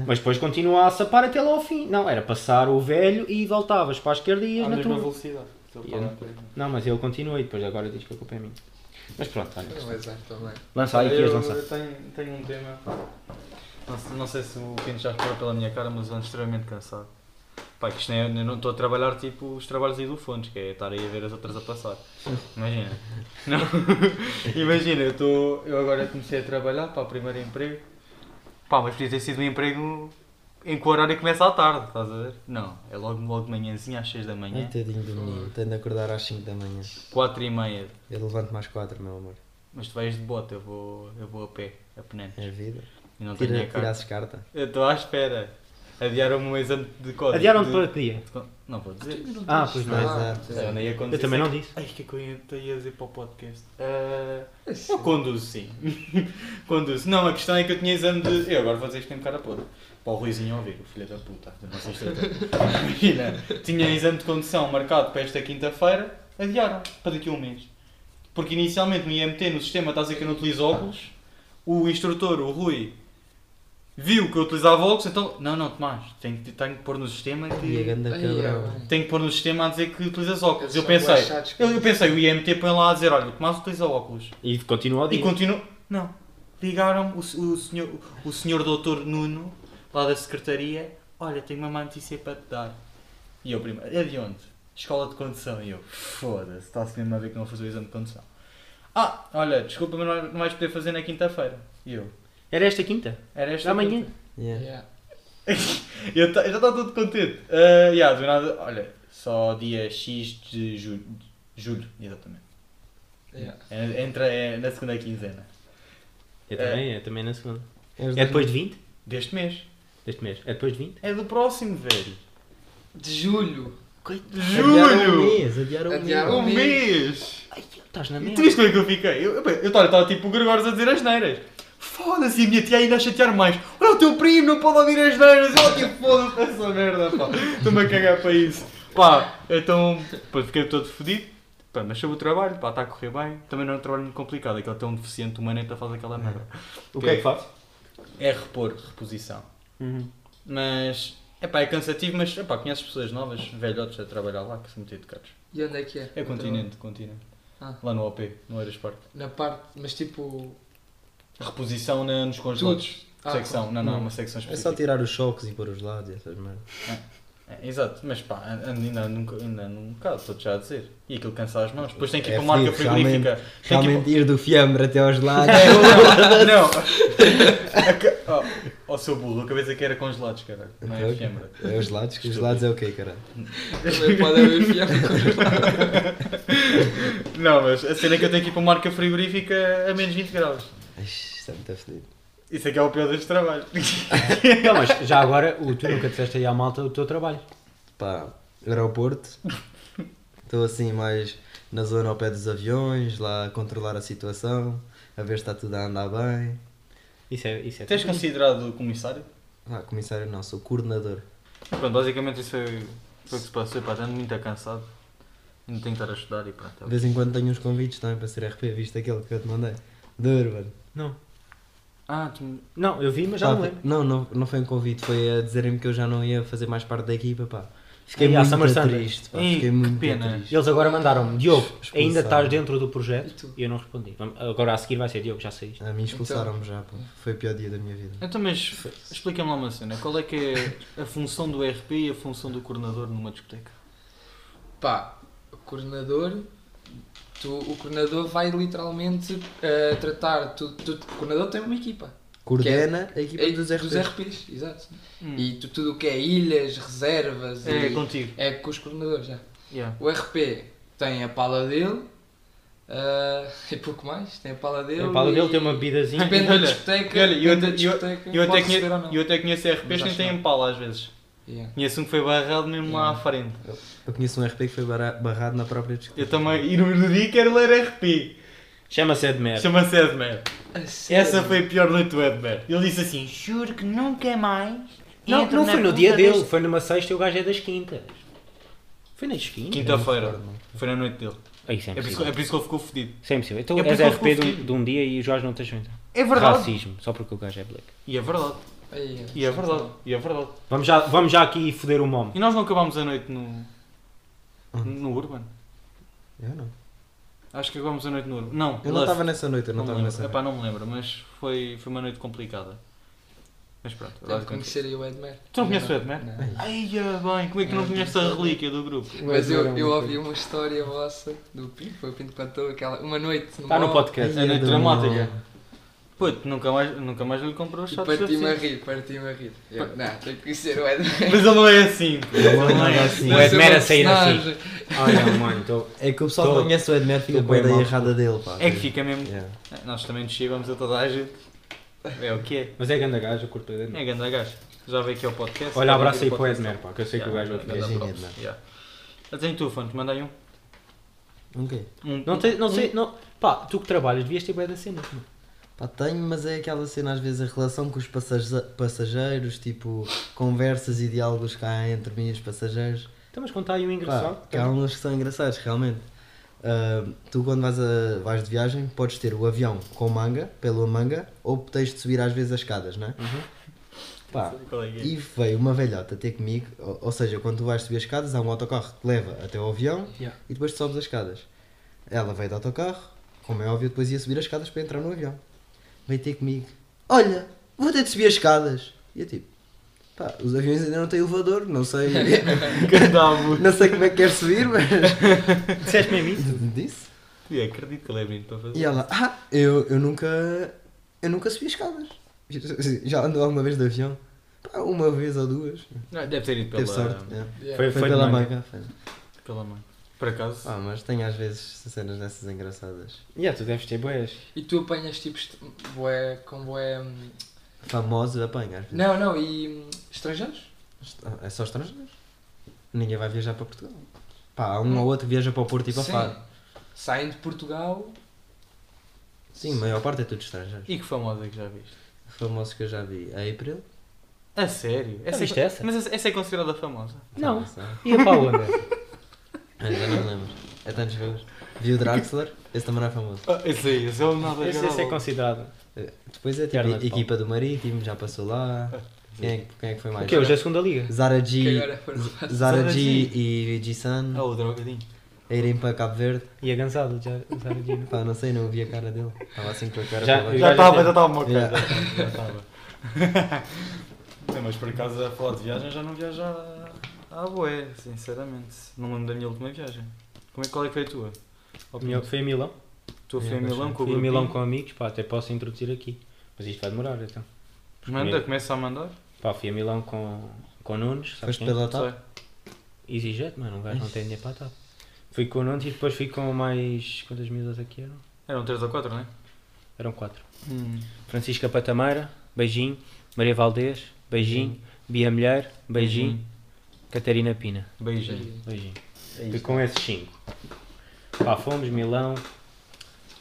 Mas depois continua a sapar até lá ao fim. Não, era passar o velho e voltavas para a esquerda e ias À na mesma tua. velocidade. Então, E pá, era- não tem- Não, mas ele continua e depois agora diz que a culpa é minha. Mas pronto, olha. Não é azar também. Lança aí que ias eu, lançar. eu tenho, tenho um tema. Não, se- não sei se o Quinto já reparou pela minha cara, mas eu ando extremamente cansado. Pá, que isto nem, eu não estou a trabalhar tipo os trabalhos aí do Fontes, que é estar aí a ver as outras a passar. Imagina. Não. Imagina, eu, estou eu agora comecei a trabalhar para o primeiro emprego. Pá, mas podia ter sido um emprego em que o horário começa à tarde, estás a ver? Não, é logo, logo de manhãzinha às 6 da Ai, manhã, tadinho do menino, tenho de acordar às 5 da manhã. 4 e meia. Eu levanto mais 4, meu amor. Mas tu vais de bota, eu vou, eu vou a pé, a penante. É a vida. E não tenho Tira, nem a cara. tirasses carta. Eu estou à espera. Adiaram-me um exame de código. Adiaram-te de- para que dia? de- Não vou dizer. Ah, pois não. Eu, não ia conduzir Eu também não sem- disse. Ai, o que é que eu ia- eu ia dizer para o podcast? Ah, eu conduzo sim. conduzo. Não, a questão é que eu tinha exame de. Eu agora vou dizer isto tem um cara podre. Para o Ruizinho ouvir, o filho da puta. Eu Não sei se Imagina, tinha exame de condução marcado para esta quinta-feira, adiaram para daqui a um mês. Porque inicialmente no IMT, no sistema, está a dizer que eu não utilizo óculos. O instrutor, o Rui, viu que eu utilizava óculos, então. Não, não, Tomás, tenho, que- tenho que pôr no sistema que E a ganda Ai, cabrão. tem que pôr no sistema a dizer que utilizas óculos. Eles Eu são bué pensei, chatos com eu, eu pensei, o IMT põe lá a dizer, olha, o Tomás utiliza é óculos. E continua a E dia. continuo, não. Ligaram o, se- o senhor, o senhor doutor Nuno, lá da secretaria, olha, tenho uma má notícia para te dar. E eu primeiro, é de onde? Escola de condução. E eu, foda-se, está-se mesmo a ver que não faz o exame de condução. Ah, olha, desculpa, mas não- não vais poder fazer na quinta-feira. E eu, Era esta quinta? era esta Amanhã. quinta. Yeah. Yeah. Eu ta- eu já estou todo contente. Ah, yeah, do nada, olha, só dia X de julho. Julho, exatamente. Yeah. É- Entra é na segunda quinzena. Eu É. também, é também na segunda. Eles É depois de 20? Deste mês. Deste mês. É depois de 20? É do próximo, velho. De julho. Adiaram um Julho! mês, adiaram um Adiaram mês. Um mês! Ai, estás na E merda. tu viste como é que eu fiquei? Eu eu- eu estava tipo o Gregores a dizer as neiras. Foda-se, e a minha tia ainda a chatear mais. Olha o teu primo, não pode ouvir as neiras. Eu tipo, foda-se essa merda, pá. Estou-me a cagar para isso. Pá, então, pô, fiquei todo fodido. Pá, mas sobre o trabalho, pá, está a correr bem. Também não é um trabalho muito complicado, aquele tão deficiente humano é que faz aquela merda. O que é que faz? É repor, reposição. Uhum. Mas, epá, é cansativo, mas, epá, conheces pessoas novas, velhotes a trabalhar lá, que são muito educados. E onde é que é? É continente, continente. Ah. Lá no OP, no Aerosport. Na parte, mas tipo. Reposição na- nos congelados. Ah, secção, não, não, Hum. uma secção É só específica. tirar os choques e pôr os lados e essas merdas. É, exato, mas pá, ando- ainda ando um, ainda ando um bocado, estou-te já a dizer. E aquilo cansa as mãos. Depois tem que ir É para a marca fedido, realmente. frigorífica. Tem que ir Realmente ir do fiambre até aos lados. É, não, não. A ca- Oh, oh, seu burro, a cabeça que era congelados, caralho. Não é fiambre. É os lados, que os lados é o quê, caralho? Também pode haver fiambre. Não, mas a cena é que eu tenho que ir para uma marca frigorífica a menos 20 graus. Ixi, Isto é muito fedido. Isso é que é o pior deste trabalho. Então, mas já agora, o, tu nunca disseste aí à malta o teu trabalho. Pá, aeroporto. Estou assim mais na zona ao pé dos aviões, lá a controlar a situação, a ver se está tudo a andar bem. Isso é. Isso é Tens considerado comissário? Ah, comissário não, sou coordenador. Pronto, basicamente isso foi, foi o que se passou. Pá, estando muito cansado. Ainda tenho que é. estar a estudar e pronto. De vez em quando tenho uns convites também para ser RP, viste aquele que eu te mandei? Duro, mano. Não. Ah, tu... Não, eu vi, mas já Pá, não lembro. não, não, não foi um convite, foi a dizerem-me que eu já não ia fazer mais parte da equipa, pá. Fiquei Ei, a Summer muito Sunday. triste, pá. Ei, Fiquei que muito pena. triste. Eles agora mandaram-me, Diogo, Expulsaram. ainda estás dentro do projeto? E tu? E eu não respondi. Vamos- Agora a seguir vai ser Diogo, já saíste. A mim expulsaram-me já, pá. Foi o pior dia da minha vida. Então, mas explica-me lá uma cena. Qual é que é a função do RP e a função do coordenador numa discoteca? Pá, o coordenador. Tu, o coordenador vai literalmente eh, tratar. Tu, tu- o coordenador tem uma equipa. Coordena a equipa É, dos RPs. RPs, exato. Hum. E tu, tudo o que é ilhas, reservas. É e- contigo. é com os coordenadores já. Yeah. O RP tem a pala dele. ah, e pouco mais, tem a pala dele. A pala dele e- tem uma bebidazinha. Depende da Olha, discoteca. e olha, eu depende da até- discoteca, Eu até, pode conhe... receber ou não. eu até conheço RPs Mas que nem acho têm pala às vezes. Yeah. Conheço um que foi barrado mesmo lá à frente. Eu conheço um RP que foi bara- barrado na própria discoteca. Eu também. E no no dia quero ler RP. Chama-se Edmer. Chama-se Edmer. A sério? Essa foi a pior noite do Edmer. Ele disse assim: Juro que nunca mais. Não, entro não na foi no puta dia dele, deste-" foi numa sexta e o gajo é das quintas. Foi nas quintas? Quinta-feira. Foi na noite dele. Ah, Isso é É por isso, impossível. é por isso que ele ficou fodido. Isso é impossível. Então É por és isso que eu RP de confio. um, de um dia e o Jorge não tens junto. É Racismo, só porque o gajo é black. E é verdade. Aí, E é verdade, e é verdade. Vamos já, vamos já aqui foder o momo. E nós não acabámos a noite no. no Urban? Eu não. Acho que acabámos a noite no Urban. Não, Eu não Love. estava nessa noite, eu não Não, estava me nessa lembro. noite. Epá, não me lembro, mas foi, foi uma noite complicada. Mas pronto, Deve agora conhecer aí o Edmer. Tu não conheces o Não. Edmer? Não. Ai, ah, bem, como é que tu não conheces a relíquia do grupo? Mas eu, eu ouvi uma história vossa do Pinto, foi o Pinto que contou aquela. Uma noite. Está Tá no mall, podcast. É a noite do mal. dramática. Pô, tu nunca mais, nunca mais lhe comprou os E shots parti-me a assim. rir, parti-me a rir. Eu, não, tenho que conhecer o Edmer. Mas ele não é assim. pô. Ele Não é não é nada assim. assim. O Deve ser Edmer uma a sair assim. personagem. Olha, mano, estou. É que o pessoal Tô- que conhece o Edmer fica tô com a bem ideia mal. errada dele, pá. É que fica mesmo. Yeah. Nós também nos chegamos a toda a gente. É o que é. Mas é grande gajo, eu curto o Edmer. É grande gajo. Já veio aqui ao podcast. Olha, Já veio abraço aí aqui para o podcast. Edmer, pá, que eu sei que o gajo Yeah, vai ficar. grande Sim, abraço. Edmer. Yeah. Até em tu, Fontes, manda aí um. Ok. Um- Não, sei, não sei, não. Pá, tu que trabalhas, devias ter bué da cena. Pá, tenho, mas é aquela cena às vezes a relação com os passaje- passageiros, tipo, conversas e diálogos que há entre mim e os passageiros. Então, mas contar aí um Pá, engraçado. que há uns que são engraçados, realmente. Ah, tu quando vais, a- vais de viagem podes ter o avião com manga, pela manga, ou tens de subir às vezes as escadas, não é? Pá, Qual é que é? e veio uma velhota ter comigo, ou, ou seja, quando tu vais subir as escadas, há um autocarro que te leva até ao avião Yeah. e depois tu sobes as escadas. Ela veio do autocarro, como é óbvio, depois ia subir as escadas para entrar no avião. Veio ter comigo, olha, vou ter de subir as escadas. E eu tipo, pá, os aviões ainda não têm elevador, não sei, Gandalf. não sei como é que quer subir, mas Disseste mesmo isso? disse. E acredito que ele é bonito para fazer. E ela, ah, eu, eu nunca, eu nunca subi as escadas. Já andou alguma vez de avião? Pá, uma vez ou duas. Não, deve ter ido pela, Teve sorte. é. Yeah. Foi, Foi, foi pela de manga. manga. foi. pela mãe. Por acaso? Ah, mas tem às vezes cenas dessas engraçadas. Yeah, tu deves ter boés. E tu apanhas tipos de boé, com hum, boé. Famosos apanha às vezes. Não, não, e hum, estrangeiros? Ah, É só estrangeiros. Ninguém vai viajar para Portugal. Pá, há um ou outro que viaja para o Porto e para Sim. Faro. Saem de Portugal. Sim, a maior parte é tudo estrangeiros. E que famosa que já viste? Famosos que eu já vi. A April. A sério? Já viste é, essa? Mas essa, essa é considerada famosa. Não. Sabe, sabe? E é a Paola? Ainda não me lembro. É tantos vezes. Vi o Draxler. Esse também não é famoso. Ah, esse aí, esse é o nada Esse, esse é considerado. Depois é tipo Perna de pau. equipa do Marítimo, já passou lá. Quem é, que- quem é que foi mais? O quê? Hoje é a segunda liga. Zara Que G. agora foram lá. Zara Zara G G. e G-Sun Ah, Oh. o drogadinho. a irem para Cabo Verde. E a Gonzalo, já, já era dia, não? Pá, não sei, não vi a cara dele. Estava assim com a cara Já- para baixo. já- Já estava, já estava uma coisa. Yeah. Já estava. Não, mas por acaso a falar de viagem já não viajo à, à boé, sinceramente. Não me lembro da minha última viagem. Como é, qual é que foi a tua? O melhor que foi a Milão. Tu foi a Yeah, Milão com o Fui a Milão grupinho? com amigos, pá, até posso introduzir aqui. Mas isto vai demorar, então. Manda, começa a mandar. Pá, fui a Milão com, com Nunes, Foste sabes quem? pela TAP? Sei. EasyJet, mano, um gajo não tem dinheiro para a TAP. Fui com o Nunes e depois fui com mais... quantas miúdas aqui eram? Eram 3 ou 4, não é? Eram quatro. Hum. Francisca Patameira, beijinho. Maria Valdez, beijinho. Bia Mulher, beijinho. Catarina Pina, Hum. Beijinho. beijinho. É Fui isto. com esses cinco. Pá, fomos, Milão.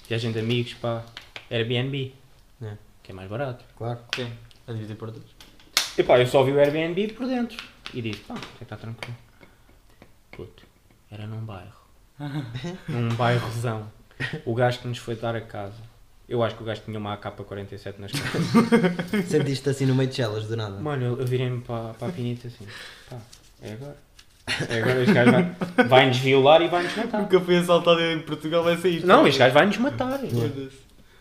Viagem de amigos, pá. Airbnb. É. Que é mais barato. Claro. Sim. A dividir por dois. E pá, eu só vi o Airbnb por dentro. E disse, pá, você está tranquilo. Puto, era num bairro. num bairrozão. O gajo que nos foi dar a casa. Eu acho que o gajo tinha uma AK-47 nas costas. Sentiste assim no meio de chelas do nada. Mano, eu, eu virei-me para, para a pinita assim. Pá, é agora. É agora, este gajo vai- vai-nos violar e vai-nos matar. Nunca fui assaltado em Portugal, vai sair. Não, este gajo é vai-nos matar. Foda-se.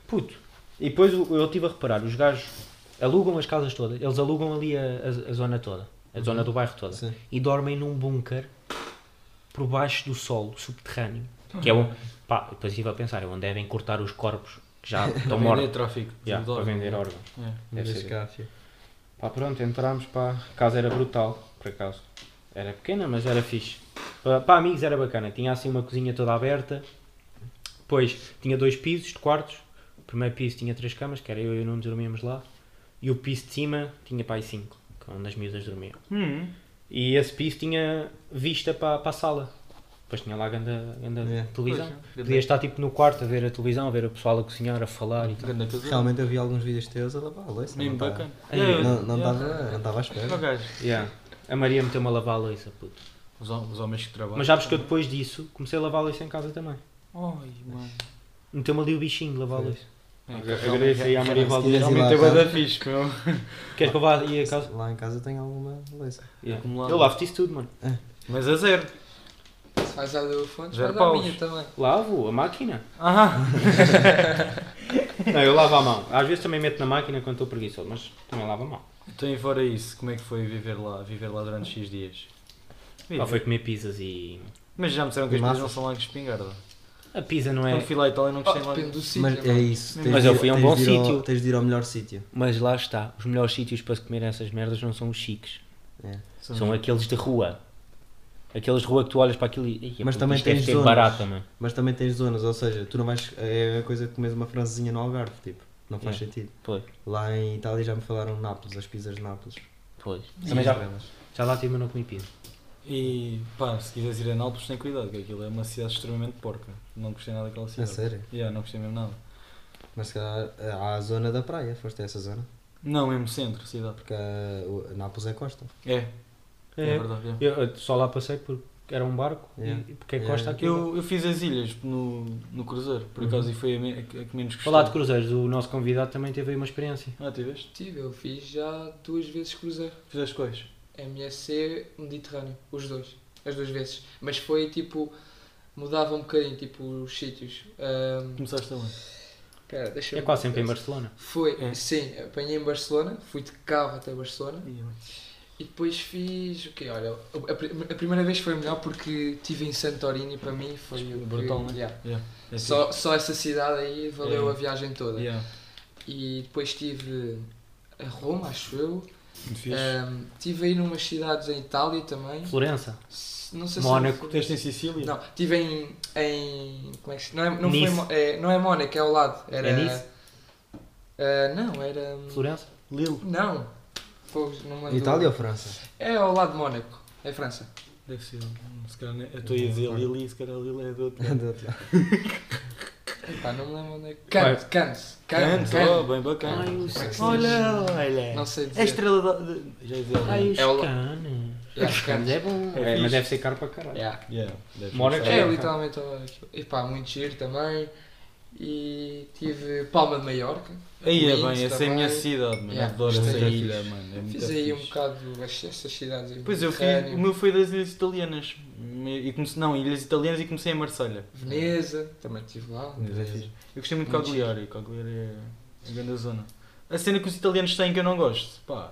Puto. E depois eu eu estive a reparar, os gajos alugam as casas todas, eles alugam ali a, a- a zona toda, a zona do bairro toda, Sim. e dormem num bunker por baixo do solo subterrâneo. Que é um. Pá, depois estive a pensar, é onde devem cortar os corpos que já estão Para vender mortos. tráfico. Yeah, para vender órgãos. Yeah. Deve Mas ser. cáfio. Pá, pronto, entrámos, pá, a casa era brutal, por acaso. Era pequena, mas era fixe. Pá, pá, amigos, era bacana. Tinha assim uma cozinha toda aberta. Depois, tinha dois pisos de quartos. O primeiro piso tinha três camas, que era eu e o Nunes dormíamos lá. E o piso de cima tinha, pá, aí cinco, que é onde as miúdas dormiam. Hum. E esse piso tinha vista para, para a sala. Depois tinha lá a grande, grande É. televisão. Pois, grande- Podia estar, tipo, no quarto a ver a televisão, a ver o pessoal a cozinhar, a falar e tal. Grande coisa. Realmente eu vi alguns vídeos teus a lavar a louça. Mesmo não tá- bacana. Aí, tá. Não não estava não tava à Não, espera. gajo. Yeah. A Maria meteu-me a lavar a louça, puto. Os, hom- os homens que trabalham. Mas sabes que eu depois disso comecei a lavar a louça em casa também. Ai, mano. É, Meteu-me ali o bichinho de lavar a louça. Agradeço aí à Maria Se Valdeira. quiseres ir Realmente lá à é casa- bada fixe, meu. Queres que eu vá aí a casa? Lá em casa tem alguma coisa. Yeah. Acumulado. Eu lavo-te isso tudo, mano. Mas a zero. Se faz a do fontes, Zero faz a paus. minha também. Lavo a máquina. Aham. Não, eu lavo à mão. Às vezes também meto na máquina quando estou preguiçoso, mas também lavo à mão. Então e fora isso, como é que foi viver lá, viver lá durante X dias? Lá Ah, foi comer pizzas e... Mas já me disseram que as Massas. coisas não são lá de espingarda. A pizza não é... Quando fui lá à Itália não Oh, gostei depende lá. do sítio. Mas é mano. isso. Mas tens de eu ir- fui a um tens bom de ir ao- sítio. Tens de ir ao melhor sítio. Mas lá está. Os melhores sítios para se comer essas merdas não são os chiques. São- São aqueles de rua. Aqueles de rua que tu olhas para aquilo e. Ih, Mas puto, também isto é deve tens ser zonas. barata, mano. Mas também tens zonas, ou seja, tu não vais. É a coisa que comes uma francesinha no Algarve, tipo. Não faz Yeah. sentido. Pois, Lá em Itália já me falaram de Nápoles, as pizzas de Nápoles. pois. Sim, Também já, estrelas. já lá tive, mas não comi pizza. E pá, se quiseres ir a Nápoles, tem cuidado, que aquilo é uma cidade extremamente porca. Não gostei nada daquela É cidade. sério? Yeah, não gostei mesmo nada. Mas se calhar eh, há a zona da praia, foste a essa zona. Não, mesmo centro, cidade. Porque ah, o- Nápoles é costa. É, é, É. verdade. é. Eu, eu só lá passei porque era um barco Yeah. e porque é Yeah, costa yeah. aqui. Eu, eu fiz as ilhas no, no cruzeiro, por acaso, e foi a, me- a que a que menos gostei. Falar de cruzeiros, o nosso convidado também teve aí uma experiência. Ah, tiveste? Tive, eu fiz já duas vezes cruzeiro. Fizeste coisas? MSC Mediterrâneo, os dois, as duas vezes. Mas foi tipo, mudava um bocadinho tipo os sítios. Ahm, Começaste também? Pera, deixa É quase sempre em Barcelona. Foi, É. sim, apanhei em Barcelona, fui de carro até Barcelona e depois fiz o quê? Olha, a, a pri- a primeira vez foi melhor porque estive em Santorini para mim foi o que- Brutal, né? yeah. Yeah. É Só, só essa cidade aí valeu É. a viagem toda. tipo- Yeah. E depois estive a Roma, acho eu. Muito fixe. Ahm, Estive aí numas cidades em Itália também. Florença. Não sei Mónaco, se. Teste em Sicília? Não, estive em, em. Como é que se. Não é, não Nice. foi, Mo- é, não é Mónaco, é ao lado. Era, É Nice? Ah, não, era. Florença? Lille? Não. Fogo, não me lembro. Itália ou França? É ao lado de Mónaco, é França. Deve ser. Se calhar, não é- eu estou a dizer Lille e se calhar Lille é do outro. Do outro lado. Epá, não me lembro onde é. Cannes, Cannes. Cannes, Canto, oh, bem bacana. Ai, o Como é que se diz? Olha, olha. Não sei dizer. a estrela da. de- Já dizia Ai, alguém. os É o- canos. Yeah, Mas Cannes. é bom. É É, mas fixe. deve ser caro para caralho. Yeah. Yeah, deve Mónaco. ser. É, literalmente. ao- Epá, muito giro também. E tive Palma de Maiorca. Aí é Lindos bem, essa é a também. minha cidade, mano. Yeah, Adoro essa gostei. ilha, mano. É muito Fiz aí um fixe. bocado as- essas cidades aí. Pois eu fiz, Mediterrâneo, o meu foi das Ilhas Italianas. E comece, não, Ilhas Italianas e comecei em Marselha. é Veneza, também estive lá. Eu gostei muito de Muito Cagliari, Cagliari é a grande zona. A cena que os italianos têm que eu não gosto, pá,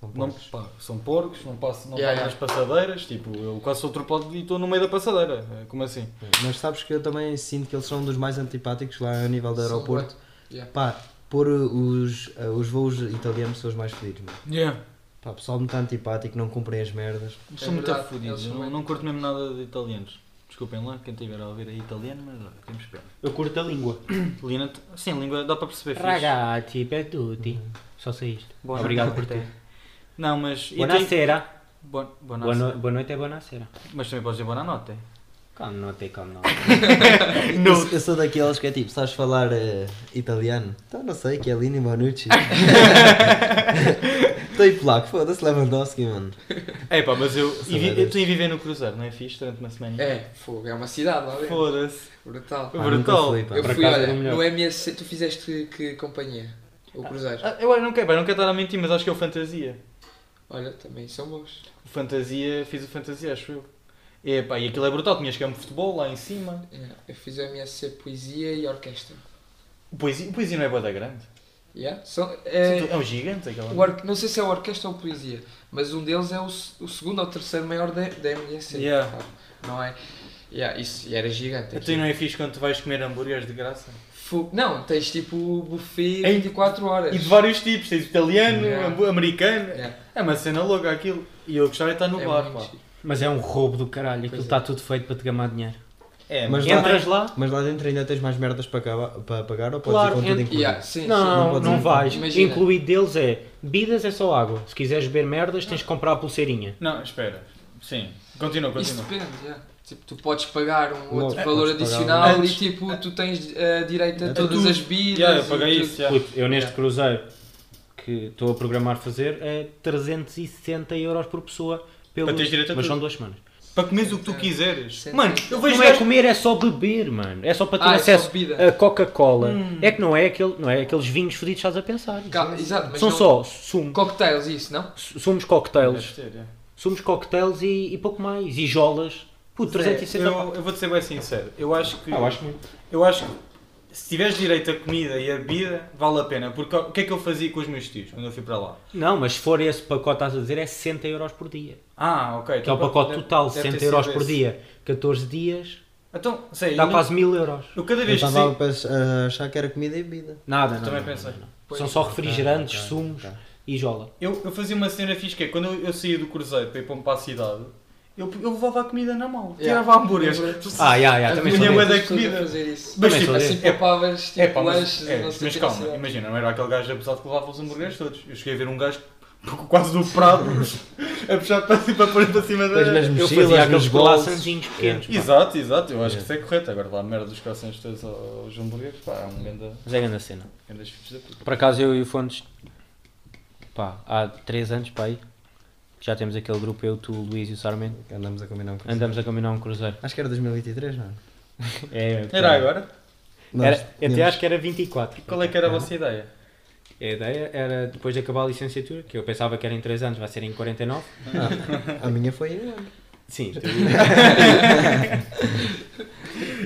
São não, porcos. pá são porcos, não passo não Yeah, passo nas passadeiras, tipo, eu quase sou atropelado e estou no meio da passadeira, É, como assim? Mas sabes que eu também sinto que eles são um dos mais antipáticos lá a nível do São aeroporto. Yeah. Pá, pôr uh, os, uh, os voos italianos são os mais fedidos, mano. Yeah. Pá, pessoal muito antipático, não cumprem as merdas. Eles É são muito verdade, fodidos, eles eu são não, bem não curto mesmo nada de italianos. Desculpem lá, quem estiver a ouvir é italiano, mas olha, temos pena. Eu curto a língua. Lina, sim, a língua dá para perceber fixe. Ragazzi, per tutti. Só sei isto. Boa Obrigado por noite. tudo. Não, mas... e tem- Buonasera. Boa, boa Boa, noite. no- boa noite é boa sera. Mas também podes dizer boa noite. é? Como não tem como não. Eu, eu sou daqueles que é tipo, sabes falar eh, italiano? Então não sei, que é Lini Bonucci. Estou aí polaco, foda-se Lewandowski, mano. É pá, mas eu, Essa e vi- merda. eu estou a viver no cruzeiro, não é fixe? Durante uma semana. É, fogo, é uma cidade lá dentro. Foda-se. Brutal. Pá, Brutal. Ah, nunca fui, pá. Eu Por fui, acaso olha, era o melhor. no MSC, tu fizeste que companhia? O Cruzeiro? Ah, Eu não quero, pá, não quero estar a mentir, mas acho que é o Fantasia. Olha, também são bons. O Fantasia, fiz o Fantasia, acho eu. É pá, e aquilo é brutal, tinhas campo de futebol lá em cima. É, Eu fiz o MSC Poesia e Orquestra. O poesia, o poesia não é boa grande. Yeah? São, é, É, um gigante aquela. o or- não sei se é o Orquestra ou Poesia, mas um deles é o, se- o segundo ou terceiro maior da, da MSC. Yeah. Não é? Yeah, isso, e era gigante. Então e não é fixe quando tu vais comer hambúrgueres de graça? Fogo. Não, tens tipo buffet Ei, 24 horas. E de vários tipos, tens italiano, Yeah. hambú- americano. Yeah, É uma cena louca aquilo. E eu gostava de estar no é bar, muito pá. giro. Mas é um roubo do caralho, aquilo Pois é. está tudo feito para te gamar dinheiro. É, Mas mas lá- entras lá. Mas lá dentro ainda tens mais merdas para, acabar- para pagar ou podes Claro, ir com tudo ent- incluído? Yeah, sim, sim. não Não, não, podes ir. vais. Imagina. Incluído deles é bebidas é só água. Se quiseres beber merdas, tens de comprar a pulseirinha. Não, espera. Sim. Continua, Isso continua. depende, yeah. Tipo, tu podes pagar um Logo, outro é, valor podes pagar adicional um- e tipo, tu tens eh, direito a É todas tudo. as bebidas. Yeah, eu e paguei tudo. isso, já. Puto, eu neste Yeah. cruzeiro que estou a programar fazer é 360 euros por pessoa. Pelo... Para teres direito a Mas tudo. são duas semanas. Para comeres o que tu quiseres. É. Sim. Mano, eu vejo Não é gajos- comer, é só beber, mano. É só para ter Ah, é só acesso bebida. Hum. a Coca-Cola. É que não é, aquele, não é aqueles vinhos fodidos que estás a pensar. Cal- Exato, mas São não- só sumo, Cocktails, isso, não? sumos cocktails. Deve ter, é. Sumos cocktails e, e pouco mais. E jolas. Puto, Zé, 360 pau. eu, eu vou-te ser bem sincero. Eu acho que. Ah, eu acho muito. Eu acho que se tiveres direito à comida e à bebida, vale a pena. Porque o que é que eu fazia com os meus tios quando eu fui para lá? Não, mas se for esse pacote, estás a dizer, é 60 euros por dia. Ah, ok. Que é então o pacote deve- total, deve ter 60 sido euros por esse. dia. 14 dias, Então, sei, dá eu, quase 1000 euros. eu cada Eu vez que assim- estava saí. para a achar que era comida e bebida. Ah, Nada, não. Também não, não, pensei. não, não. Pois. São só refrigerantes, Ok, sumos ok. e jola. Eu, eu fazia uma cena fixe que é quando eu, eu saía do cruzeiro para ir para a cidade, eu, eu levava a comida na mão, Yeah. tirava hambúrgueres. Ah, já, já, também minha sou mãe desse. da As pessoas a é comida. fazer isso. Mas Também tipo, sou assim, desse. é Poupavas É tipo pá, mas, lanches é, e não sei o mas que. calma, assim. imagina, não era aquele gajo abusado que levava os hambúrgueres todos. Eu cheguei a ver um gajo quase do prado a puxar para cima, a pôr para cima Pois nas da. Eu mochilas, fazia nos aqueles É. bolsos. colaçãozinhos pequenos. pá. Exato, exato, eu acho que isso é correto. Agora lá a merda dos corações todos aos hambúrgueres, pá, é um grande. Mas é grande a cena. grandes filhos da puta. Por acaso eu e o Fontes, pá, há 3 anos, pá, aí, já temos aquele grupo, eu, tu, o Luís e o Sarmento, Que Andamos a combinar um cruzeiro. andamos a combinar um cruzeiro. Acho que era 2023, não? É, Era agora? Nós Era, até tínhamos- acho que era 24. Qual é que era a vossa ideia? A ideia era depois de acabar a licenciatura, que eu pensava que era em 3 anos, vai ser em 49. A minha foi em um ano. Sim,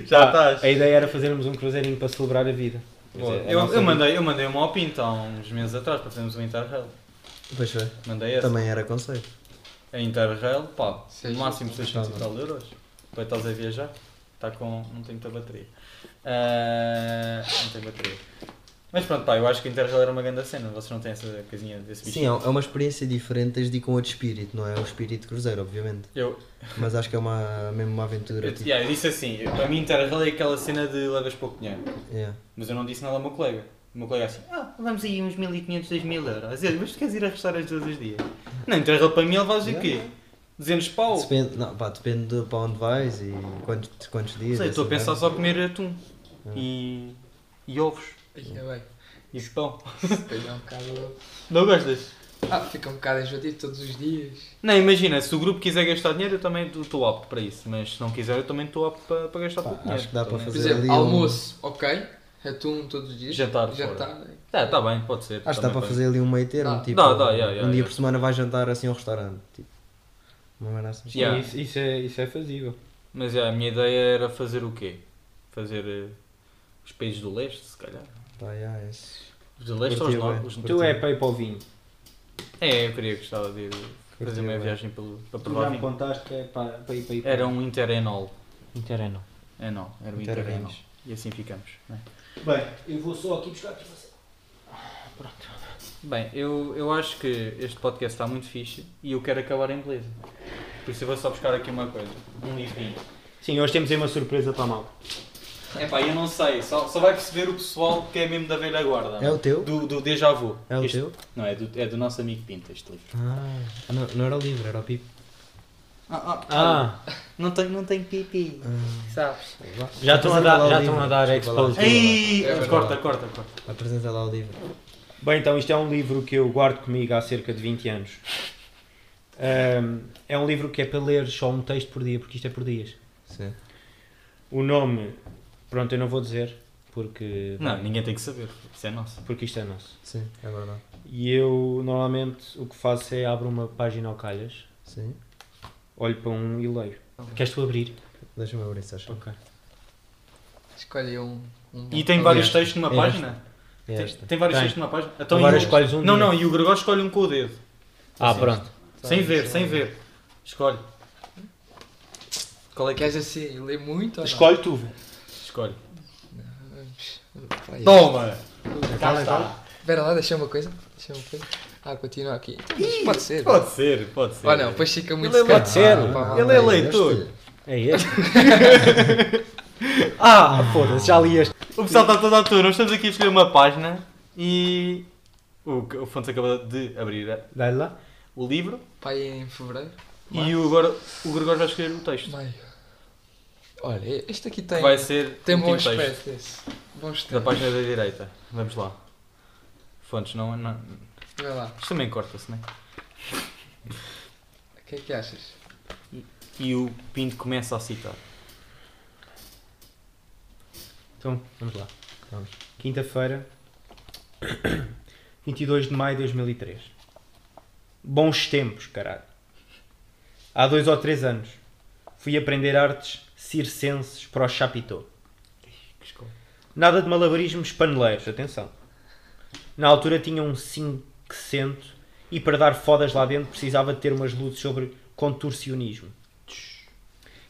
Já Pá, estás. Ah, A ideia era fazermos um cruzeirinho para celebrar a vida. Mas Boa. a- a Eu, nossa eu vida- mandei, eu mandei uma ao Pinto há uns meses atrás para fazermos um Interrail. Pois foi. Mandei essa. Também era conselho. A Interrail, pá, Seis- no máximo 600 e tá tal euros. Para estás a viajar, está com. não tem muita bateria. Ah, não tem bateria. Mas pronto, pá, eu acho que o Interrail era uma grande cena, vocês não têm essa casinha desse bicho. Sim, é é uma experiência diferente, tens de ir com outro espírito, não é o espírito de cruzeiro, obviamente. Eu, Mas acho que é uma, mesmo uma aventura. eu, tipo, yeah, eu disse assim, eu- para mim Interrail é aquela cena de levas pouco dinheiro. yeah. Mas eu não disse nada ao meu colega. O meu colega assim, ah, vamos aí uns 1500, 2000 euros. Eu, mas tu queres ir a restaurantes todos os dias? Não, então é Interrail para mim levas o quê? 200 pau? Depende, não, pá, depende de para onde vais e quantos, quantos Não dias. sei, estou a pensar essa merda. só comer atum Ah. e, e ovos Ai, é bem. e pão. Depois é um bocado- Não gostas? Ah, fica um bocado enjoativo todos os dias. Não, imagina, se o grupo quiser gastar dinheiro, eu também estou apto para isso. Mas se não quiser, eu também estou apto para, para gastar Pá, pouco dinheiro. acho que dá para Também. Por Fazer ali exemplo, um- almoço, ok. Atum todos os dias. Jantar fora. Jantar. Tá, tá bem, pode ser. Acho que dá também para pode. fazer ali um meio termo. Dá. tipo, Dá, dá, yeah, um yeah, dia yeah. por semana vais jantar assim a um restaurante. Tipo, uma merda assim. Yeah. Isso, isso é, isso é fazível. Mas já, a minha ideia era fazer o quê? Fazer eh, os países do leste, se calhar. Pá, yeah, isso. Os do leste ou os Curtia bué. norte? Tu é para ir para o vinho. É, eu queria gostava de ir fazer Curtia uma bué. viagem pelo, para Tu já provar me vinho. contaste que é para, para ir para ir. Era um interenol. Intereno. É não, era o Interenol. interenol. E assim ficamos. né? Bem, eu vou só aqui buscar aqui você. Bem, eu, eu acho que este podcast está muito fixe e eu quero acabar em beleza. Por isso eu vou só buscar aqui uma coisa, um livrinho. Sim, hoje temos aí uma surpresa para a malta. É pá, eu não sei, só, só vai perceber o pessoal que é mesmo da velha guarda. É o teu? Do, do Deja Vu. É o Este- teu? Não, é do, é do nosso amigo Pinto este livro. Ah, não, não era o livro, era o Pipo. Ah, Não tem, não tem pipi. Sabes? já estão a Apresenta lá dar, o já livro. estão a dar Desculpa lá. expose. Ei! É verdade. corta, corta, corta. Apresenta lá o livro. Bem, então isto é um livro que eu guardo comigo há cerca de 20 anos. Ahm, é um livro que é para ler só um texto por dia, porque isto é por dias. Sim. O nome, pronto, eu não vou dizer, porque, Não, ninguém tem que saber, isso é nosso. porque isto é nosso. Sim, é verdade. E eu normalmente o que faço é abro uma página ao calhas, Sim. olho para um e leio. Queres tu abrir? Deixa-me abrir se achas. Ok. Escolhe um. um E tem um vários dia. textos numa É página? É Tem, esta. tem vários Tem. textos numa página? Então, Agora e o- escolhes um Não, dia. não, e o Gregor escolhe um com o dedo. Ah, pronto. Sem ver, sem ver. Escolhe. Qual é que é? Queres assim, ler muito ou não? Escolhe tu. Escolhe. Vai, é. Toma! Qual é, qual é? Espera lá, deixa uma coisa. Deixa uma coisa. Ah, continua aqui. Então, mas pode ser. Pode ser, pode ser. Ou Ah, não, depois fica muito Ele é secado. parceiro. Pá, Ele é leitor. Este. É este? ah, foda-se, já li este. O pessoal está toda à altura, nós estamos aqui a escolher uma página e. O, o Fontes acaba de abrir eh, Dá-lhe lá. o livro Pá, em fevereiro, e o, agora, o Gregor vai escolher o texto. maio. Olha, este aqui Que tem, vai ser tem o bom último texto. aspecto. Esse. Bom Da aspecto. página da direita. Vamos lá. Fontes, não. não... Vai lá. Isto também corta-se, não é? O que é que achas? e o Pinto começa a citar. Então, vamos lá. Vamos. Quinta-feira, 22 de maio de 2003. Bons tempos, caralho. Há dois ou três anos, fui aprender artes circenses para o Chapitão. Nada de malabarismos paneleiros, atenção. Na altura tinha um 500 e para dar fodas lá dentro precisava de ter umas luzes sobre contorcionismo.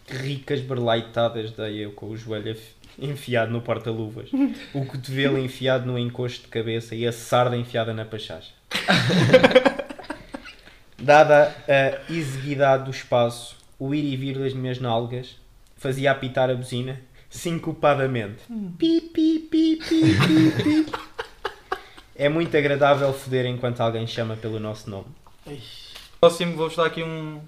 Que ricas berlaitadas dei eu com o joelho af- enfiado no porta-luvas, o cotovelo enfiado no encosto de cabeça e a sarda enfiada na pachacha. Dada a exiguidade do espaço, o ir e vir das minhas nalgas fazia apitar a buzina sincopadamente. Pi, pi, pi, pi, pi, pi. É muito agradável foder enquanto alguém chama pelo nosso nome. Próximo vou-vos dar aqui um,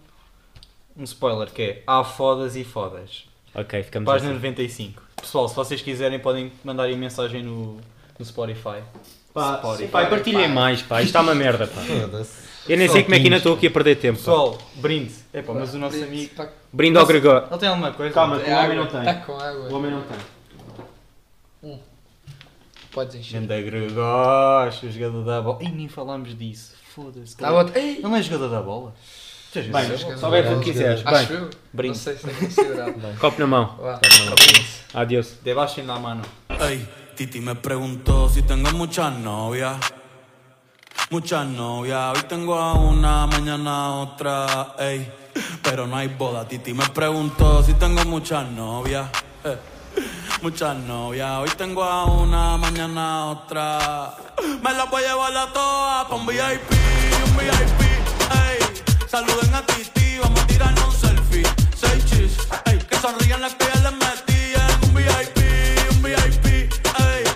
um spoiler que é Há fodas e fodas. Ok, ficamos Página assim. 95. Pessoal, se vocês quiserem podem mandar aí mensagem no, no Spotify. Pá, Spotify. pá, partilhem mais, pá. Isto está uma merda, pá. Foda-se. Eu nem sei como é que ainda estou aqui a perder tempo. pá. Pessoal, brinde. É pá, mas o nosso Pá, amigo. pá, Brinde ao Gregor. Ele tem alguma coisa? Calma, o é homem tá água, não tem. Tá com água. O homem não tem. Podes encher. Ganda Gregos, o jogador da bola. E nem falámos disso. Foda-se. Dá outra. Tá Ei! Ele não é jogador da bola. Já viu? Tá Bem, Sim. só bebe o que quiseres. Acho Bem, eu. Não brinde. sei se é considerado. copo na mão. Vá. Adeus. Debaixem da mano. Ey, Titi me preguntó si tengo muchas novias. Muchas novias, hoy tengo a una, mañana a otra, ey. Pero no hay boda, Titi me preguntó si tengo muchas novias. eh. Muchas novias, hoy tengo a una, mañana a otra. Me las voy a llevar a todas pa' un VIP, un VIP, ey. Saluden a Titi, vamos a tirarnos un selfie. Seis chis, ey. Que sonrían las que ya les metí.